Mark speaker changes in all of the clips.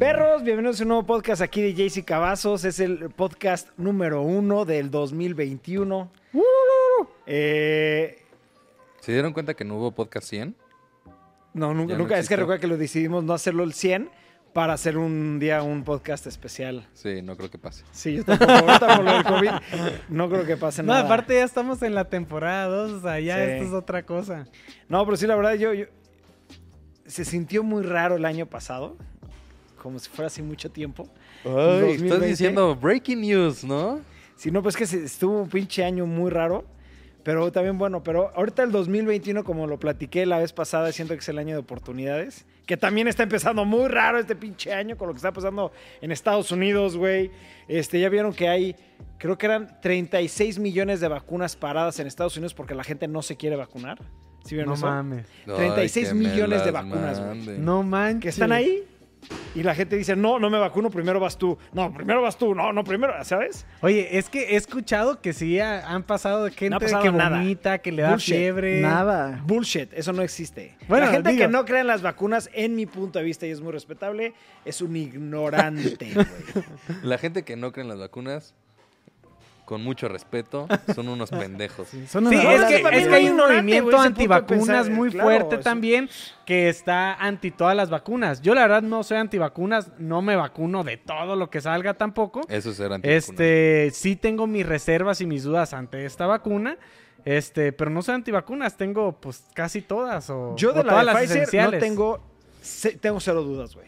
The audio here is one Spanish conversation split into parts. Speaker 1: Perros, bienvenidos a un nuevo podcast aquí de Jaycee Cavazos. Es el podcast número uno del 2021.
Speaker 2: Uh.
Speaker 1: Eh,
Speaker 3: ¿Se dieron cuenta que no hubo podcast 100?
Speaker 1: no, nunca.
Speaker 3: Ya no
Speaker 1: nunca- es que
Speaker 3: existió.
Speaker 1: recuerda que lo decidimos no hacerlo el 100 para hacer un día un podcast especial.
Speaker 3: Sí, no creo que pase.
Speaker 1: Sí, yo tampoco. Ahorita por lo del COVID, no creo que pase
Speaker 2: No,
Speaker 1: nada.
Speaker 2: aparte ya estamos en la temporada 2, o sea, ya
Speaker 1: Sí.
Speaker 2: esto es otra cosa.
Speaker 1: No, pero sí, la verdad, yo, yo- Se sintió muy raro el año pasado. Como si fuera hace mucho tiempo. Ay,
Speaker 3: estás
Speaker 1: 2020.
Speaker 3: diciendo breaking news, ¿no?
Speaker 1: Si no, pues que se- estuvo un pinche año muy raro. Pero también bueno, pero ahorita el 2021, como lo platiqué la vez pasada, siento que es el año de oportunidades. Que también está empezando muy raro este pinche año con lo que está pasando en Estados Unidos, güey. Este, ya vieron que hay, creo que eran 36 millones de vacunas paradas en Estados Unidos porque la gente no se quiere vacunar. ¿Sí vieron
Speaker 2: No
Speaker 1: eso?
Speaker 2: mames.
Speaker 3: Ay,
Speaker 1: 36
Speaker 3: que me
Speaker 1: millones de
Speaker 3: las
Speaker 1: vacunas, güey.
Speaker 3: manden.
Speaker 2: No manches.
Speaker 1: que están ahí y la gente dice, no, no me vacuno, primero vas tú. No, primero vas tú, no, no, primero, ¿sabes?
Speaker 2: Oye, es que he escuchado que sí ha- han pasado de gente
Speaker 1: pasado
Speaker 2: que
Speaker 1: nada.
Speaker 2: vomita, que le da
Speaker 1: Bullshit.
Speaker 2: fiebre.
Speaker 4: Nada.
Speaker 1: Bullshit, eso no existe.
Speaker 2: Bueno,
Speaker 1: la gente
Speaker 2: digo-
Speaker 1: que no cree en las vacunas, en mi punto de vista, y es muy respetable, es un ignorante, güey.
Speaker 3: La gente que no cree en las vacunas, con mucho respeto, son unos pendejos.
Speaker 4: Son
Speaker 2: Sí,
Speaker 4: unas
Speaker 2: es
Speaker 4: bolas
Speaker 2: que,
Speaker 4: de
Speaker 1: también
Speaker 2: es que
Speaker 1: muy
Speaker 2: hay un
Speaker 1: ignorante, güey,
Speaker 2: movimiento
Speaker 1: ese punto de
Speaker 2: antivacunas
Speaker 1: pensar,
Speaker 2: muy
Speaker 1: claro,
Speaker 2: fuerte
Speaker 1: sí.
Speaker 2: también que está anti todas las vacunas. Yo la verdad no soy antivacunas, no me vacuno de todo lo que salga tampoco.
Speaker 3: Esos eran
Speaker 2: Este, sí tengo mis reservas y mis dudas ante esta vacuna. Este, pero no soy antivacunas, tengo pues casi todas o
Speaker 1: Yo
Speaker 2: o
Speaker 1: de la
Speaker 2: todas
Speaker 1: de
Speaker 2: las
Speaker 1: Pfizer no
Speaker 2: esenciales.
Speaker 1: tengo, ce- tengo cero dudas, güey.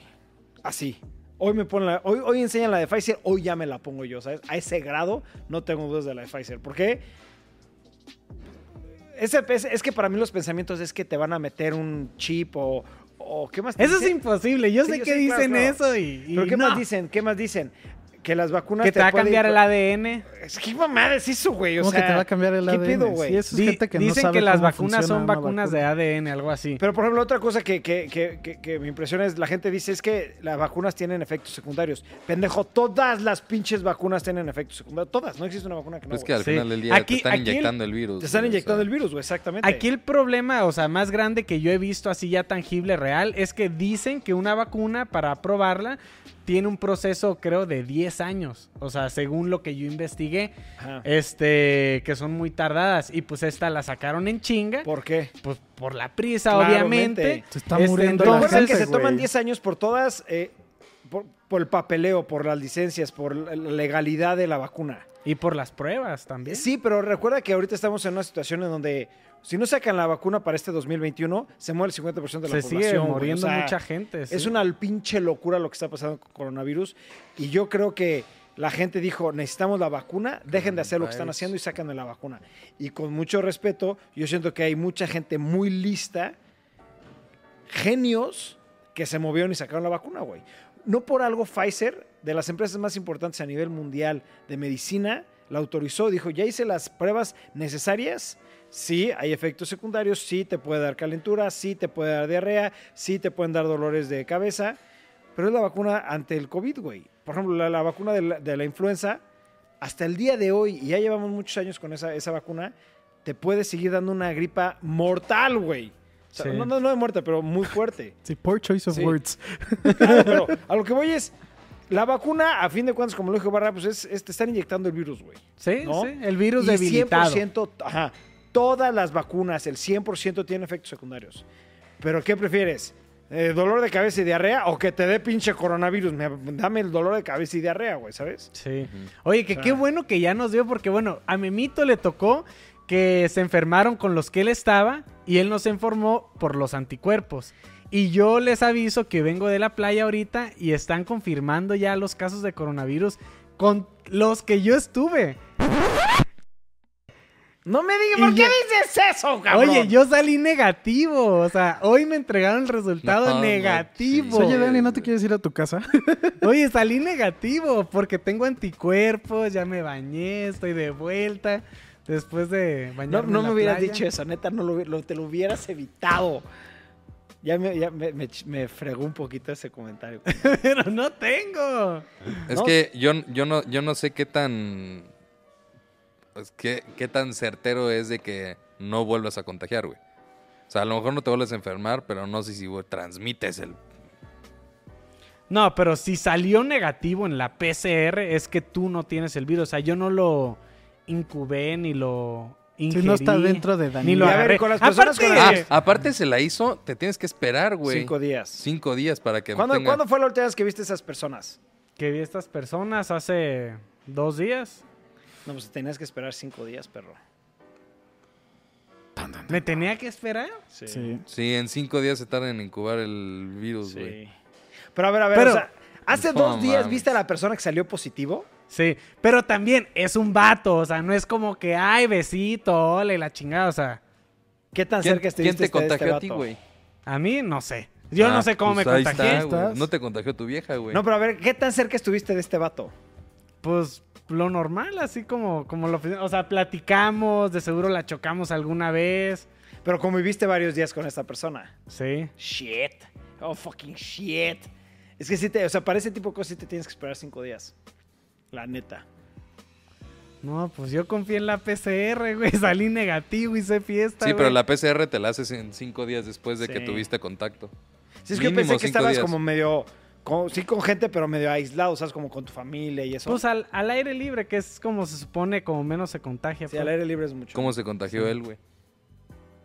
Speaker 1: Así. Hoy me ponen la, hoy, hoy enseñan la de Pfizer, hoy ya me la pongo yo, ¿sabes? A ese grado no tengo dudas de la de Pfizer. ¿Por qué? Ese- es, es que para mí los pensamientos es que te van a meter un chip o, o ¿qué más? te
Speaker 2: Eso es
Speaker 1: dicen?
Speaker 2: imposible, yo
Speaker 1: Sí,
Speaker 2: sé
Speaker 1: yo
Speaker 2: que
Speaker 1: sé, claro,
Speaker 2: dicen
Speaker 1: claro.
Speaker 2: eso y, y
Speaker 1: ¿Pero qué más
Speaker 2: no,
Speaker 1: dicen? ¿Qué más dicen? Que las vacunas
Speaker 2: que te va a
Speaker 1: pueden-
Speaker 2: cambiar el ADN.
Speaker 1: Es que mamada es eso, güey. O
Speaker 4: ¿Cómo
Speaker 1: sea,
Speaker 4: que te va a cambiar el
Speaker 1: ¿qué
Speaker 4: ADN?
Speaker 1: pedo, güey?
Speaker 4: Sí, eso es
Speaker 2: Di-
Speaker 4: gente que no
Speaker 2: dicen
Speaker 4: sabe
Speaker 2: que las
Speaker 4: cómo
Speaker 2: vacunas
Speaker 4: funciona
Speaker 2: son
Speaker 4: una
Speaker 2: vacunas
Speaker 4: vacuna.
Speaker 2: de ADN, algo así.
Speaker 1: Pero, por ejemplo, otra cosa que, que- que- que- que me impresiona es la gente dice es que las vacunas tienen efectos secundarios. Pendejo, todas las pinches vacunas tienen efectos secundarios. Todas. No existe una vacuna que no,
Speaker 3: Pues es que al
Speaker 2: Sí.
Speaker 3: final del día
Speaker 2: Aquí-
Speaker 3: te están
Speaker 2: aquí el-
Speaker 3: inyectando el, virus.
Speaker 1: güey. Te están
Speaker 3: güey, o
Speaker 1: inyectando
Speaker 3: sea.
Speaker 1: el virus, güey. Exactamente.
Speaker 2: Aquí el problema, o sea, más grande que yo he visto así ya tangible, real, es que dicen que una vacuna para probarla tiene un proceso, creo, de 10 años. O sea, según lo que yo investigué,
Speaker 1: Ajá.
Speaker 2: este, que son muy tardadas. Y pues esta la sacaron en chinga,
Speaker 1: ¿Por qué?
Speaker 2: pues por la prisa,
Speaker 1: Claramente.
Speaker 2: obviamente.
Speaker 4: Se está
Speaker 2: Este,
Speaker 4: muriendo la
Speaker 1: Recuerden
Speaker 2: entonces-
Speaker 1: que se
Speaker 4: gente, güey.
Speaker 1: toman 10 años por todas, eh, por, por el papeleo, por las licencias, por la legalidad de la vacuna.
Speaker 2: Y por las pruebas también.
Speaker 1: Sí, pero recuerda que ahorita estamos en una situación en donde si no sacan la vacuna para este 2021, se muere el 50% de la población.
Speaker 2: Se sigue
Speaker 1: güey. O
Speaker 2: muriendo
Speaker 1: sea,
Speaker 2: mucha gente.
Speaker 1: Es
Speaker 2: sí.
Speaker 1: una pinche locura lo que está pasando con coronavirus. Y yo creo que la gente dijo, necesitamos la vacuna, dejen de hacer lo que están
Speaker 3: Coronavirus.
Speaker 1: haciendo y sáquenme la vacuna. Y con mucho respeto, yo siento que hay mucha gente muy lista, genios, que se movieron y sacaron la vacuna, güey. No por algo Pfizer, de las empresas más importantes a nivel mundial de medicina, la autorizó, dijo, ya hice las pruebas necesarias. Sí, hay efectos secundarios, sí te puede dar calentura, sí te puede dar diarrea, sí te pueden dar dolores de cabeza, pero es la vacuna ante el COVID, güey. Por ejemplo, la, la vacuna de la, de la influenza, hasta el día de hoy, y ya llevamos muchos años con esa, esa vacuna, te puede seguir dando una gripa mortal, güey. O sea,
Speaker 2: Sí.
Speaker 1: no, no, no de muerte, pero muy fuerte.
Speaker 4: Sí, poor choice of
Speaker 1: Sí.
Speaker 4: words.
Speaker 1: Claro, pero a lo que voy es, la vacuna, a fin de cuentas, como lo dijo Barra, pues es, es- te están inyectando el virus, güey.
Speaker 2: Sí,
Speaker 1: ¿no?
Speaker 2: sí, el virus
Speaker 1: Y
Speaker 2: debilitado.
Speaker 1: 100%, ajá, todas las vacunas, el 100% tiene efectos secundarios. Pero ¿qué prefieres? Eh, ¿Dolor de cabeza y diarrea o que te dé pinche coronavirus? Me- dame el dolor de cabeza y diarrea, güey, ¿sabes?
Speaker 2: Sí. Oye, que
Speaker 1: O sea-
Speaker 2: qué bueno que ya nos dio, porque bueno, a Memito le tocó que se enfermaron con los que él estaba y él nos informó por los anticuerpos. Y yo les aviso que vengo de la playa ahorita y están confirmando ya los casos de coronavirus con los que yo estuve.
Speaker 1: No me digas,
Speaker 2: Y
Speaker 1: ¿por qué
Speaker 2: ya-
Speaker 1: dices eso, cabrón?
Speaker 2: Oye, yo salí negativo. O sea, hoy me entregaron el resultado
Speaker 3: No, no,
Speaker 2: negativo.
Speaker 3: sí.
Speaker 4: Oye, Dani, ¿no te quieres ir a tu casa?
Speaker 2: Oye, salí negativo porque tengo anticuerpos, ya me bañé, estoy de vuelta. Después de
Speaker 1: No,
Speaker 2: bañarme
Speaker 1: no
Speaker 2: en
Speaker 1: me
Speaker 2: la
Speaker 1: hubieras
Speaker 2: playa.
Speaker 1: dicho eso, neta, no lo hubi- lo- te lo hubieras evitado. Ya me, ya me- me ch- me fregó un poquito ese comentario.
Speaker 2: Pero no tengo.
Speaker 3: Es
Speaker 1: ¿no?
Speaker 3: que yo, yo, no, yo no sé qué tan. pues, qué, qué tan certero es de que no vuelvas a contagiar, güey. O sea, a lo mejor no te vuelves a enfermar, pero no sé si güey, transmites el.
Speaker 2: No, pero si salió negativo en la PCR, es que tú no tienes el virus. O sea, yo no lo incubé ni lo
Speaker 4: Si
Speaker 2: ingerí.
Speaker 4: no está dentro de
Speaker 2: Ni lo
Speaker 1: Y a ver,
Speaker 4: Daniel.
Speaker 2: agarré.
Speaker 1: con las personas
Speaker 2: Aparte-
Speaker 1: con las
Speaker 3: Ah,
Speaker 1: que-
Speaker 2: eh,
Speaker 3: aparte se la hizo, te tienes que esperar, güey.
Speaker 1: Cinco días.
Speaker 3: Cinco días para que
Speaker 1: ¿Cuándo,
Speaker 3: tenga-
Speaker 1: cuándo fue la última vez que viste esas personas?
Speaker 2: Que vi a estas personas hace dos días.
Speaker 1: No, pues tenías que esperar cinco días, perro.
Speaker 2: ¿Me tenía que esperar?
Speaker 1: Sí.
Speaker 4: Sí.
Speaker 3: Sí, en cinco días se tardan en incubar el virus,
Speaker 1: Sí.
Speaker 3: güey.
Speaker 1: Pero a ver, a ver,
Speaker 2: Pero-
Speaker 1: o sea, hace
Speaker 3: No
Speaker 1: dos días
Speaker 3: mames.
Speaker 1: viste a la persona que salió positivo.
Speaker 2: Sí, pero también es un vato, o sea, no es como que, ay, besito, ole, la chingada, o sea,
Speaker 1: ¿Qué tan
Speaker 3: ¿Quién,
Speaker 1: cerca
Speaker 3: quién
Speaker 1: estuviste
Speaker 3: te
Speaker 1: este- de este
Speaker 3: contagió a ti,
Speaker 1: vato?
Speaker 3: güey?
Speaker 2: a mí no sé. Yo
Speaker 3: Ah,
Speaker 2: no sé cómo
Speaker 3: pues
Speaker 2: me
Speaker 3: ahí
Speaker 2: contagié.
Speaker 3: está, güey.
Speaker 4: estás.
Speaker 3: No te contagió tu vieja, güey.
Speaker 1: No, pues, pero a ver, ¿qué tan cerca estuviste de este vato?
Speaker 2: Pues lo normal, así como, como lo... O sea, platicamos, de seguro la chocamos alguna vez.
Speaker 1: Pero como viviste varios días con esta persona.
Speaker 2: Sí.
Speaker 1: Shit. Oh, fucking shit. Es que sí te, o sea, para ese tipo de cosas sí te tienes que esperar cinco días. La neta.
Speaker 2: No, pues yo confié en la PCR, güey. Salí negativo, hice fiesta.
Speaker 3: sí, pero
Speaker 2: güey.
Speaker 3: la PCR te la haces en cinco días después de que
Speaker 1: Sí.
Speaker 3: tuviste contacto.
Speaker 1: Sí, es que yo
Speaker 3: Mínimo
Speaker 1: pensé que
Speaker 3: cinco
Speaker 1: estabas
Speaker 3: días.
Speaker 1: como medio, con- sí con gente, pero medio aislado, ¿sabes? Como con tu familia y eso.
Speaker 2: Pues al, al aire libre, que es como se supone, como menos se contagia.
Speaker 1: sí,
Speaker 2: pues.
Speaker 1: al aire libre es mucho.
Speaker 3: ¿Cómo se contagió
Speaker 2: Sí.
Speaker 3: él, güey?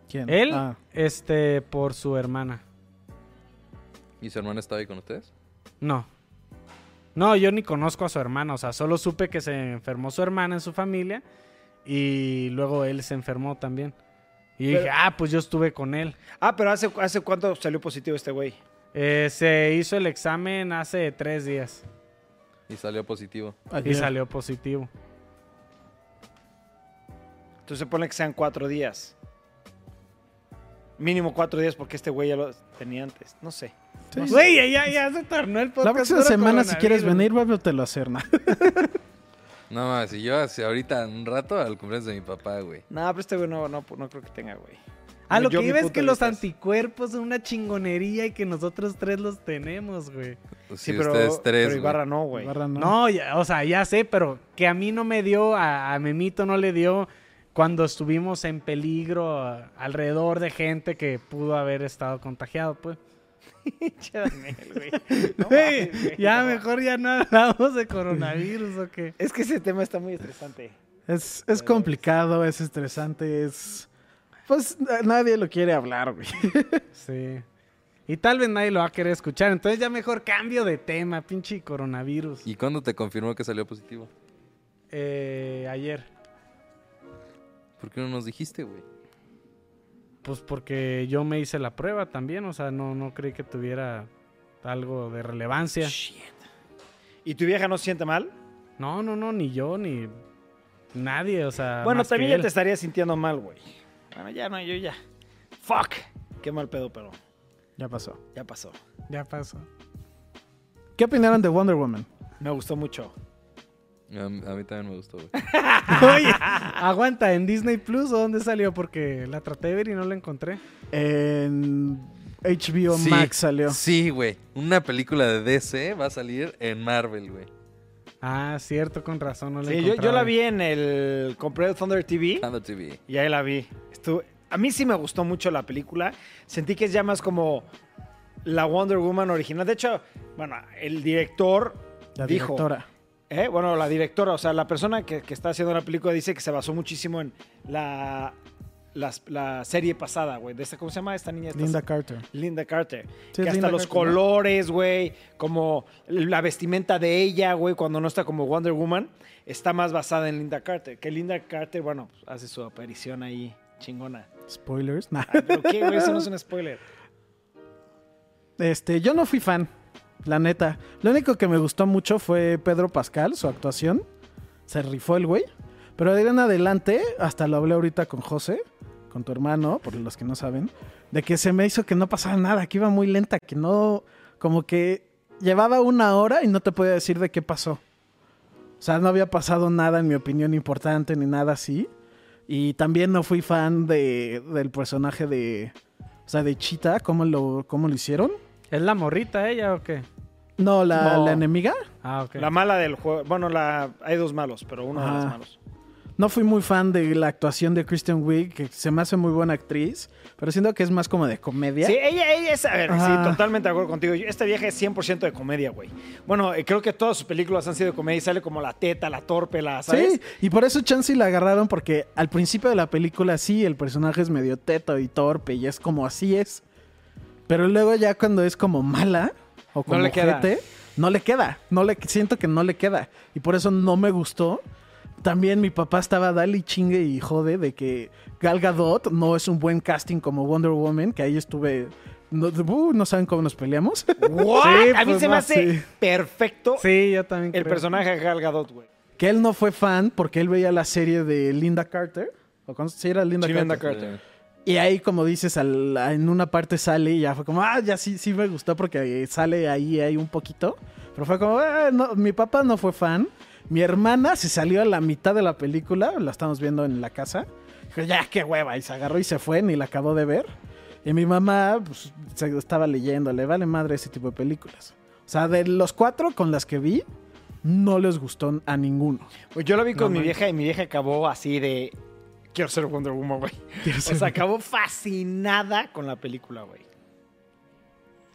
Speaker 4: ¿Quién?
Speaker 2: Él,
Speaker 4: Ah,
Speaker 2: este, por su hermana.
Speaker 3: ¿Y su hermana estaba ahí con ustedes?
Speaker 2: No. No, yo ni conozco a su hermana, o sea, solo supe que se enfermó su hermana en su familia y luego él se enfermó también. Y
Speaker 1: Pero-
Speaker 2: dije, ah, pues yo estuve con él.
Speaker 1: Ah, pero ¿hace, ¿hace cuánto salió positivo este güey?
Speaker 2: Eh, se hizo el examen hace tres días
Speaker 3: Y salió positivo.
Speaker 4: ayer.
Speaker 2: y salió positivo.
Speaker 1: Entonces se pone que sean cuatro días. Mínimo cuatro días porque este güey ya lo tenía antes. No sé.
Speaker 4: Sí.
Speaker 2: Güey, ya, ya se tornó el podcast.
Speaker 4: La próxima
Speaker 2: puro
Speaker 4: semana, si
Speaker 2: coronavirus.
Speaker 4: quieres venir, va te lo hacer nada.
Speaker 3: No, mames, si yo hace ahorita un rato al cumpleaños de mi papá, güey.
Speaker 1: No, pero este güey no, no, no creo que tenga, güey.
Speaker 2: Ah, lo
Speaker 1: Yo,
Speaker 2: que
Speaker 1: mi
Speaker 2: iba es
Speaker 1: punto
Speaker 2: que
Speaker 1: de
Speaker 2: los
Speaker 1: vista es-
Speaker 2: anticuerpos son una chingonería y que nosotros tres los tenemos, güey.
Speaker 1: Sí,
Speaker 3: Pues Si
Speaker 1: pero,
Speaker 3: ustedes tres,
Speaker 1: pero
Speaker 3: güey.
Speaker 1: Ibarra no, güey.
Speaker 4: Barra no.
Speaker 2: No, ya- o sea, ya sé, pero que a mí no me dio, a, a Memito no le dio cuando estuvimos en peligro a- alrededor de gente que pudo haber estado contagiado, pues.
Speaker 1: Che, Daniel, güey. No
Speaker 2: Güey,
Speaker 1: mames, güey,
Speaker 2: ya
Speaker 1: no.
Speaker 2: mejor ya no hablamos de coronavirus o qué.
Speaker 1: Es que ese tema está muy estresante.
Speaker 4: Es, es complicado, es estresante, es... Pues na- nadie lo quiere hablar, güey.
Speaker 2: Sí. Y tal vez nadie lo va a querer escuchar, entonces ya mejor cambio de tema, pinche coronavirus.
Speaker 3: ¿Y cuándo te confirmó que salió positivo?
Speaker 2: Eh, ayer.
Speaker 3: ¿Por qué no nos dijiste, güey?
Speaker 2: Pues porque yo me hice la prueba también, o sea, no, no creí que tuviera algo de relevancia.
Speaker 1: Shit. ¿Y tu vieja no se siente mal?
Speaker 2: No, no, no, ni yo, ni nadie, o sea.
Speaker 1: bueno,
Speaker 2: Ah, más que
Speaker 1: también ya
Speaker 2: él.
Speaker 1: te estaría sintiendo mal, güey. Bueno, ya no, yo ya. Fuck. Qué mal pedo, pero
Speaker 4: Ya pasó.
Speaker 1: ya pasó.
Speaker 2: Ya pasó.
Speaker 4: ¿Qué opinaron de Wonder Woman?
Speaker 1: Me gustó mucho.
Speaker 3: A, mí- a mí también me gustó, güey.
Speaker 2: Oye, aguanta, ¿en Disney Plus o dónde salió? Porque la traté de ver y no la encontré.
Speaker 4: En HBO
Speaker 3: Sí,
Speaker 4: Max salió.
Speaker 3: Sí, güey. Una película de DC va a salir en Marvel, güey.
Speaker 2: Ah, cierto, con razón, no la
Speaker 1: Sí, yo,
Speaker 2: encontraba.
Speaker 1: yo la vi en el. Compré el Thunder TV
Speaker 3: Thunder TV.
Speaker 1: y ahí la vi. Estuve- a mí sí me gustó mucho la película. Sentí que es ya más como la Wonder Woman original. De hecho, bueno, el director
Speaker 4: La
Speaker 1: dijo.
Speaker 4: directora.
Speaker 1: Eh, bueno, la directora, o sea, la persona que, que está haciendo la película dice que se basó muchísimo en la, las- la serie pasada, güey. De esta, ¿Cómo se llama esta niña? Esta-
Speaker 4: Linda Carter.
Speaker 1: Linda Carter.
Speaker 4: Sí,
Speaker 1: que
Speaker 4: es
Speaker 1: hasta
Speaker 4: Linda
Speaker 1: los
Speaker 4: Carter, ¿no?
Speaker 1: colores, güey, como la vestimenta de ella, güey, cuando no está como Wonder Woman, está más basada en Linda Carter. Que Linda Carter, bueno, pues, hace su aparición ahí chingona.
Speaker 4: Spoilers. Nah.
Speaker 1: Ay, pero qué, güey, eso no es un spoiler.
Speaker 4: Este, yo no fui fan, la neta. Lo único que me gustó mucho fue Pedro Pascal, su actuación. Se rifó el güey. Pero de ahí en adelante, hasta lo hablé ahorita con José, con tu hermano, por los que no saben, de que se me hizo que no pasaba nada, que iba muy lenta, que no, como que llevaba una hora y no te podía decir de qué pasó. O sea, no había pasado nada, en mi opinión, importante ni nada así. Y también no fui fan de, del personaje de, o sea, de Chita, cómo lo, cómo lo hicieron.
Speaker 2: ¿Es la morrita ella o qué?
Speaker 4: No, la,
Speaker 1: No.
Speaker 4: la enemiga.
Speaker 2: Ah, ok.
Speaker 1: La mala del juego, bueno, la, hay dos malos, pero uno de
Speaker 4: Ajá.
Speaker 1: los malos.
Speaker 4: No fui muy fan de la actuación de Kristen Wiig, que se me hace muy buena actriz, pero siento que es más como de comedia.
Speaker 1: Sí, ella, ella es, a ver,
Speaker 4: Ah.
Speaker 1: sí, totalmente de acuerdo contigo. Yo- Esta vieja es 100% de comedia, güey. Bueno, eh, creo que todas sus películas han sido de comedia y sale como la teta, la torpe, la, ¿sabes?
Speaker 4: Sí, y por eso Chansey la agarraron porque al principio de la película sí, el personaje es medio teto y torpe y es como así es. Pero luego ya cuando es como mala o como
Speaker 1: le queda.
Speaker 4: ojete, no le queda. No le siento que no le queda y por eso no me gustó. También mi papá estaba dale y chingue y jode de que Gal Gadot no es un buen casting como Wonder Woman, que ahí estuve no, uh, no saben cómo nos peleamos.
Speaker 1: What?
Speaker 2: Sí,
Speaker 1: a mí
Speaker 2: pues,
Speaker 1: se me
Speaker 2: no,
Speaker 1: hace
Speaker 2: sí.
Speaker 1: perfecto
Speaker 2: Sí, yo también
Speaker 1: el
Speaker 2: creo.
Speaker 1: personaje de Gal Gadot, güey.
Speaker 4: que él no fue fan porque él veía la serie de Linda Carter. ¿O cómo se- sí era Linda
Speaker 1: Sí,
Speaker 4: Carter?
Speaker 1: Linda Carter.
Speaker 4: Y ahí, como dices, al- en una parte sale y ya fue como, ah, ya sí, sí me gustó porque sale ahí, ahí un poquito. Pero fue como, "Ah, no, mi papá no fue fan. Mi hermana se salió a la mitad de la película, la estamos viendo en la casa. Dijo, ya, qué hueva. Y se agarró y se fue, ni la acabó de ver. Y mi mamá pues, se estaba leyendo, le vale madre ese tipo de películas. O sea, de los cuatro con las que vi, no les gustó a ninguno.
Speaker 1: Pues yo la vi con mi
Speaker 4: No manches.
Speaker 1: vieja y mi vieja acabó así de. Quiero ser Wonder Woman, güey. O sea, acabó fascinada con la película, güey.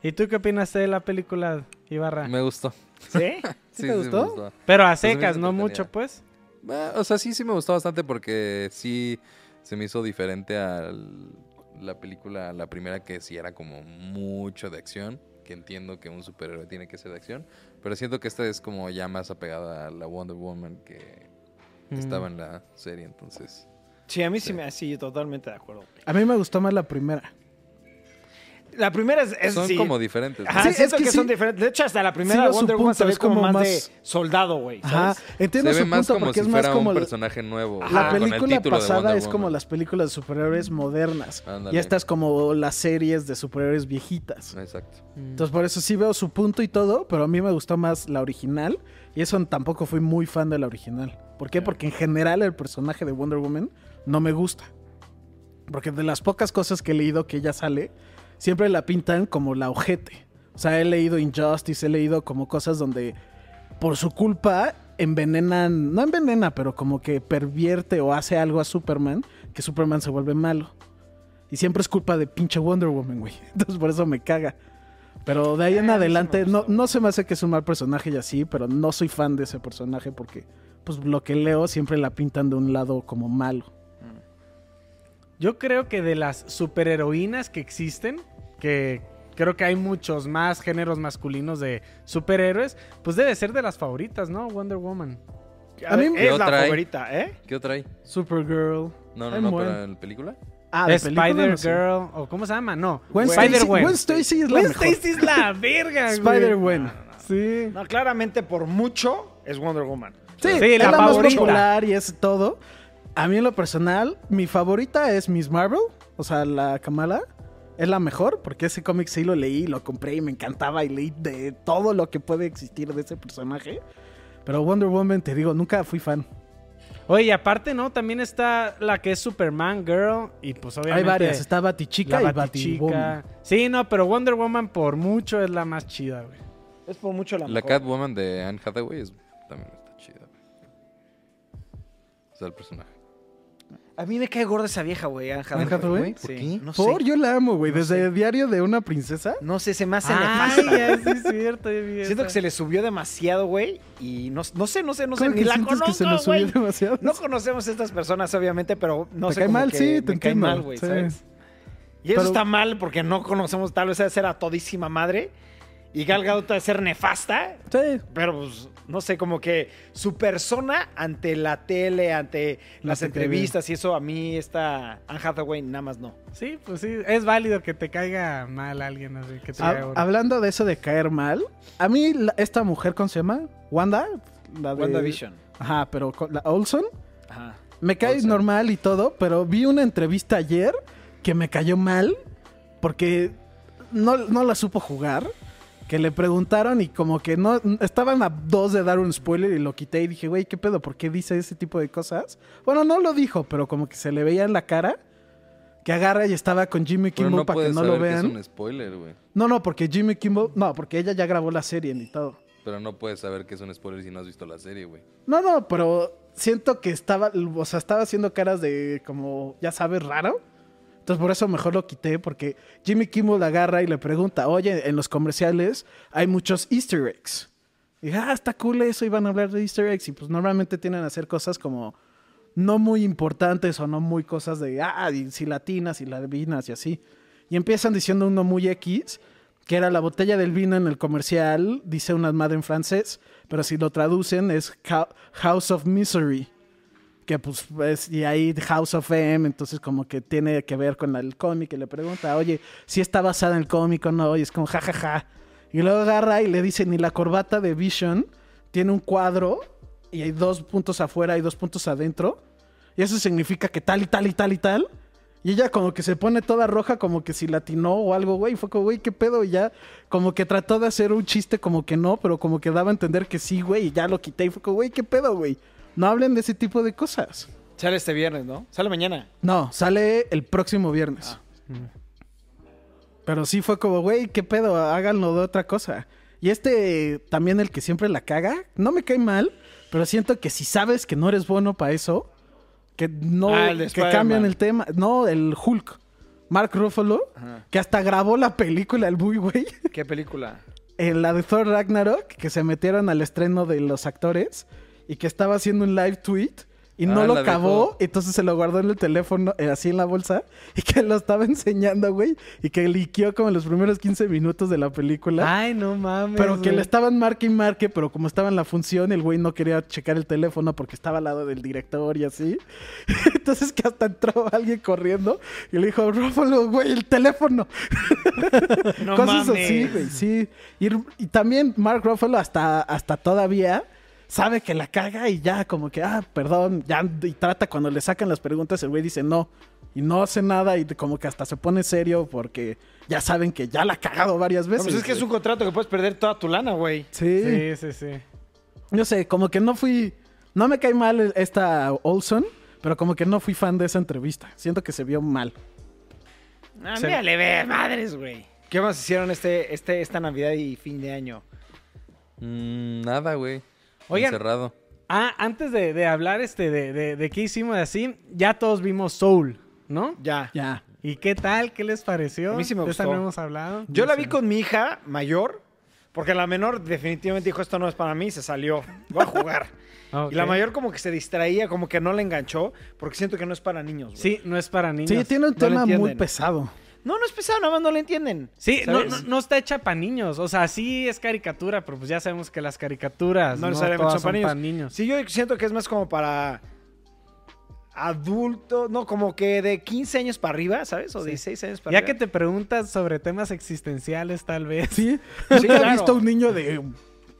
Speaker 2: ¿Y tú qué opinaste de la película, Ibarra?
Speaker 3: Me gustó.
Speaker 1: ¿Sí?
Speaker 4: ¿Sí te gustó?
Speaker 3: me gustó.
Speaker 2: Pero a
Speaker 3: Pues se me hizo
Speaker 2: secas, no
Speaker 3: entretenida.
Speaker 2: mucho, pues.
Speaker 3: Ah, o sea, sí, sí me gustó bastante porque sí se me hizo diferente a la película, la primera que sí era como mucho de acción, que entiendo que un superhéroe tiene que ser de acción, pero siento que esta es como ya más apegada a la Wonder Woman que
Speaker 4: Mm.
Speaker 3: estaba en la serie, entonces.
Speaker 1: Sí, a mí sí,
Speaker 3: Sí.
Speaker 1: me así, yo totalmente de acuerdo. güey.
Speaker 4: A mí me gustó más la primera.
Speaker 1: La primera es. es-
Speaker 3: Son
Speaker 1: sí.
Speaker 3: como diferentes. ¿no?
Speaker 1: Ajá,
Speaker 4: Sí, es
Speaker 1: siento
Speaker 4: que
Speaker 1: que,
Speaker 4: sí.
Speaker 1: son diferentes. De hecho, hasta la primera
Speaker 4: veo su
Speaker 1: Wonder Woman
Speaker 4: punto,
Speaker 1: se ve
Speaker 4: es como
Speaker 1: como, más
Speaker 4: más-
Speaker 1: de soldado, güey.
Speaker 4: Ajá,
Speaker 1: ¿sabes?
Speaker 4: entiendo
Speaker 3: Se
Speaker 4: su
Speaker 3: ve
Speaker 4: punto
Speaker 3: más como
Speaker 4: porque
Speaker 3: si
Speaker 4: es más
Speaker 3: fuera
Speaker 4: como
Speaker 3: un
Speaker 4: la-
Speaker 3: personaje nuevo.
Speaker 4: la
Speaker 3: ajá, con el
Speaker 4: película
Speaker 3: título de
Speaker 4: pasada
Speaker 3: Wonder
Speaker 4: es como
Speaker 3: Woman.
Speaker 4: las películas de superhéroes modernas
Speaker 3: Ándale.
Speaker 4: y esta es como las series de superhéroes viejitas.
Speaker 3: Exacto.
Speaker 4: Entonces por eso sí veo su punto y todo, pero a mí me gustó más la original y eso tampoco fui muy fan de la original. ¿Por qué?
Speaker 3: Ya.
Speaker 4: Porque en general el personaje de Wonder Woman no me gusta. Porque de las pocas cosas que he leído que ella sale, siempre la pintan como la ojete. O sea, he leído Injustice, he leído como cosas donde por su culpa envenenan, no envenena, pero como que pervierte o hace algo a Superman, que Superman se vuelve malo. Y siempre es culpa de pinche Wonder Woman, güey. Entonces por eso me caga. Pero de ahí en
Speaker 1: Ah, a mí sí me
Speaker 4: adelante, no,
Speaker 1: gustó.
Speaker 4: no se me hace que es un mal personaje y así, pero no soy fan de ese personaje porque, pues lo que leo siempre la pintan de un lado como malo.
Speaker 2: Yo creo que de las superheroínas que existen, que creo que hay muchos más géneros masculinos de superhéroes, pues debe ser de las favoritas, ¿no? Wonder Woman.
Speaker 1: A mí
Speaker 4: mí-
Speaker 1: es
Speaker 3: Yo
Speaker 1: la
Speaker 3: trae-
Speaker 1: favorita, ¿eh?
Speaker 3: ¿Qué otra hay?
Speaker 4: Supergirl.
Speaker 3: No, no,
Speaker 4: Ay,
Speaker 3: no,
Speaker 4: bueno.
Speaker 3: pero en la película.
Speaker 4: Ah, de película,
Speaker 2: Spider-Girl,
Speaker 4: no sé.
Speaker 2: o ¿cómo se llama? No.
Speaker 4: Gwen Stacy-
Speaker 2: Spider-Gwen.
Speaker 4: Gwen Stacy es la
Speaker 2: Gwen
Speaker 4: mejor.
Speaker 2: Stacy es la verga, güey.
Speaker 4: Spider-Gwen.
Speaker 2: Sí.
Speaker 1: No, claramente por mucho es Wonder Woman.
Speaker 4: Sí,
Speaker 2: Sí,
Speaker 4: es
Speaker 2: la
Speaker 4: la, más
Speaker 2: favorita.
Speaker 4: popular y es todo. A mí en lo personal, mi favorita es Miss Marvel, o sea, la Kamala. Es la mejor, porque ese cómic sí lo leí, lo compré y me encantaba y leí de todo lo que puede existir de ese personaje. Pero Wonder Woman, te digo, nunca fui fan.
Speaker 2: Oye, y aparte, ¿no? También está la que es Superman Girl y pues obviamente...
Speaker 4: Hay varias, está Batichica
Speaker 2: la
Speaker 4: y Batichica.
Speaker 2: Batichica. Sí, no, pero Wonder Woman por mucho es la más chida, güey.
Speaker 1: Es por mucho la,
Speaker 3: La
Speaker 1: mejor.
Speaker 3: Catwoman de Anne Hathaway es- también está chida. güey. O sea, el personaje.
Speaker 1: A mí me cae gorda esa vieja, güey. Anne Hathaway.
Speaker 4: Anne Hathaway,
Speaker 1: Sí,
Speaker 3: ¿por qué?
Speaker 1: No sé.
Speaker 4: Por, yo la amo, güey. Desde el diario de una princesa.
Speaker 1: No sé, se me hace
Speaker 2: Ay,
Speaker 1: nefasta.
Speaker 2: Ah, ya, sí es cierto. ya vi
Speaker 1: Siento
Speaker 2: esa.
Speaker 1: que se le subió demasiado, güey. Y no, no sé, no sé, no sé. Ni
Speaker 4: ¿Cómo que
Speaker 1: la
Speaker 4: sientes
Speaker 1: conozco,
Speaker 4: que se nos subió
Speaker 1: güey.
Speaker 4: demasiado?
Speaker 1: No conocemos a estas personas, obviamente, pero no
Speaker 4: Te
Speaker 1: sé
Speaker 4: cae
Speaker 1: como
Speaker 4: mal,
Speaker 1: que
Speaker 4: sí, te
Speaker 1: me cae
Speaker 4: entiendo,
Speaker 1: mal, güey,
Speaker 4: sí.
Speaker 1: ¿sabes? Y eso
Speaker 4: Pero-
Speaker 1: está mal porque no conocemos tal vez a ser a todísima madre. Y Gal Gadot de ser nefasta,
Speaker 4: Sí.
Speaker 1: pero pues, no sé, como que su persona ante la tele, ante
Speaker 4: No
Speaker 1: las
Speaker 4: te cae
Speaker 1: entrevistas y eso, a mí esta Anne Hathaway nada más no.
Speaker 2: Sí, pues sí, es válido que te caiga mal alguien así que te
Speaker 4: Hab-
Speaker 2: caiga gordo.
Speaker 4: hablando de eso de caer mal, a mí la- esta mujer, ¿cómo se llama? Wanda. La de-
Speaker 1: WandaVision.
Speaker 4: Ajá, pero con- la Olson.
Speaker 1: Ajá.
Speaker 4: Me cae
Speaker 1: Olsen.
Speaker 4: normal y todo, pero vi una entrevista ayer que me cayó mal porque no, no la supo jugar. Que le preguntaron y como que no estaban a dos de dar un spoiler y lo quité y dije, güey, ¿qué pedo? ¿Por qué dice ese tipo de cosas? Bueno, no lo dijo, pero como que se le veía en la cara que agarra y estaba con Jimmy
Speaker 3: Pero
Speaker 4: Kimmel
Speaker 3: no
Speaker 4: para que
Speaker 3: puedes
Speaker 4: no
Speaker 3: saber
Speaker 4: lo
Speaker 3: que es
Speaker 4: vean.
Speaker 3: un spoiler, güey.
Speaker 4: No, no, porque Jimmy Kimmel. No, porque ella ya grabó la serie y todo.
Speaker 3: Pero no puedes saber que es un spoiler si no has visto la serie, güey.
Speaker 4: No, no, pero siento que estaba, o sea, estaba haciendo caras de como, ya sabes, raro. Entonces por eso mejor lo quité, porque Jimmy Kimmel agarra y le pregunta, oye, en los comerciales hay muchos easter eggs. Y dije, ah, está cool eso, iban a hablar de easter eggs. Y pues normalmente tienen a hacer cosas como no muy importantes o no muy cosas de, ah, y si latinas y latinas y así. Y empiezan diciendo uno muy X, que era la botella del vino en el comercial, dice una madre en francés, pero si lo traducen es Hou- House of Misery. Que pues, es- y ahí House of M, entonces como que tiene que ver con el cómic y le pregunta, oye, si está basada en el cómic o no, y es como jajaja. Y luego agarra y le dice, ni la corbata de Vision tiene un cuadro y hay dos puntos afuera y dos puntos adentro. Y eso significa que tal y tal y tal y tal. Y ella como que se pone toda roja, como que si latinó o algo, güey. Fue como, güey, qué pedo. Y ya como que trató de hacer un chiste como que no, pero como que daba a entender que sí, güey. Y ya lo quité y fue como, güey, qué pedo, güey. No hablen de ese tipo de cosas.
Speaker 1: Sale este viernes, ¿no? Sale mañana.
Speaker 4: No, sale el próximo
Speaker 1: Ah,
Speaker 4: viernes.
Speaker 1: mm.
Speaker 4: Pero sí fue como, güey, qué pedo, háganlo de otra cosa. Y este también el que siempre la caga, no me cae mal, pero siento que si sabes que no eres bueno para eso, que no
Speaker 1: Ah, el de
Speaker 4: que
Speaker 1: Spider-Man.
Speaker 4: cambian el tema, no, el Hulk, Mark Ruffalo,
Speaker 1: Ajá.
Speaker 4: que hasta grabó la película el muy güey,
Speaker 1: ¿Qué película?
Speaker 4: en la de Thor Ragnarok, que se metieron al estreno de los actores y que estaba haciendo un live tweet y no
Speaker 3: Ah,
Speaker 4: lo
Speaker 3: la
Speaker 4: acabó,
Speaker 3: dejó.
Speaker 4: entonces se lo guardó en el teléfono, eh, así en la bolsa, y que lo estaba enseñando, güey, y que liqueó como en los primeros 15 minutos de la película.
Speaker 2: Ay, no mames.
Speaker 4: pero que
Speaker 2: Ah, güey.
Speaker 4: le estaban marque y marque, pero como estaba en la función, el güey no quería checar el teléfono porque estaba al lado del director y así. Entonces que hasta entró alguien corriendo y le dijo, Rófalo, güey, el teléfono
Speaker 1: No
Speaker 4: cosas
Speaker 1: mames.
Speaker 4: así, güey, sí. Y, r- y también Mark Ruffalo hasta, hasta todavía sabe que la caga y ya como que, ah, perdón, ya, y trata cuando le sacan las preguntas, el güey dice no, y no hace nada y como que hasta se pone serio porque ya saben que ya la ha cagado varias
Speaker 1: No,
Speaker 4: veces.
Speaker 1: pues es que es un
Speaker 4: güey.
Speaker 1: contrato que puedes perder toda tu lana, güey.
Speaker 4: Sí,
Speaker 2: Sí, sí, sí.
Speaker 4: no sé, como que no fui, no me cae mal esta Olson, pero como que no fui fan de esa entrevista, siento que se vio mal.
Speaker 1: Ah,
Speaker 2: Sí.
Speaker 1: mira, le ve madres, güey. ¿Qué más hicieron este, este, esta Navidad y fin de año?
Speaker 3: Mm, nada, güey.
Speaker 2: Oigan.
Speaker 3: Encerrado.
Speaker 2: Ah, antes de, de hablar este de, de, de qué hicimos así, ya todos vimos Soul, ¿no?
Speaker 1: Ya.
Speaker 4: Ya.
Speaker 2: ¿Y qué tal? ¿Qué les pareció?
Speaker 1: A mí sí me
Speaker 2: De esta
Speaker 1: gustó.
Speaker 2: no hemos hablado.
Speaker 1: Yo la vi con mi hija mayor, porque la menor definitivamente dijo, esto no es para mí, y se salió. Voy a jugar.
Speaker 2: Ah, ok.
Speaker 1: Y la mayor como que se distraía, como que no la enganchó, porque siento que no es para niños, güey.
Speaker 2: Sí, no es para niños.
Speaker 4: Sí, tiene un
Speaker 1: no lo
Speaker 4: tema muy
Speaker 1: entienden.
Speaker 4: pesado.
Speaker 1: No, no es pesado, nada más no le entienden.
Speaker 2: Sí, no,
Speaker 1: ¿sabes?
Speaker 2: no- no está hecha para niños. O sea, sí es caricatura, pero pues ya sabemos que las caricaturas
Speaker 1: No
Speaker 2: no,
Speaker 1: necesariamente
Speaker 2: todas
Speaker 1: son
Speaker 2: son
Speaker 1: para
Speaker 2: para niños.
Speaker 1: Sí, yo siento que es más como para adultos, no, como que de 15 años para arriba, ¿sabes? O
Speaker 2: Sí.
Speaker 1: 16 años para
Speaker 2: Ya que
Speaker 1: arriba.
Speaker 2: te preguntas sobre temas existenciales, tal vez.
Speaker 4: Sí,
Speaker 1: Sí,
Speaker 4: nunca he
Speaker 1: claro.
Speaker 4: visto a un niño de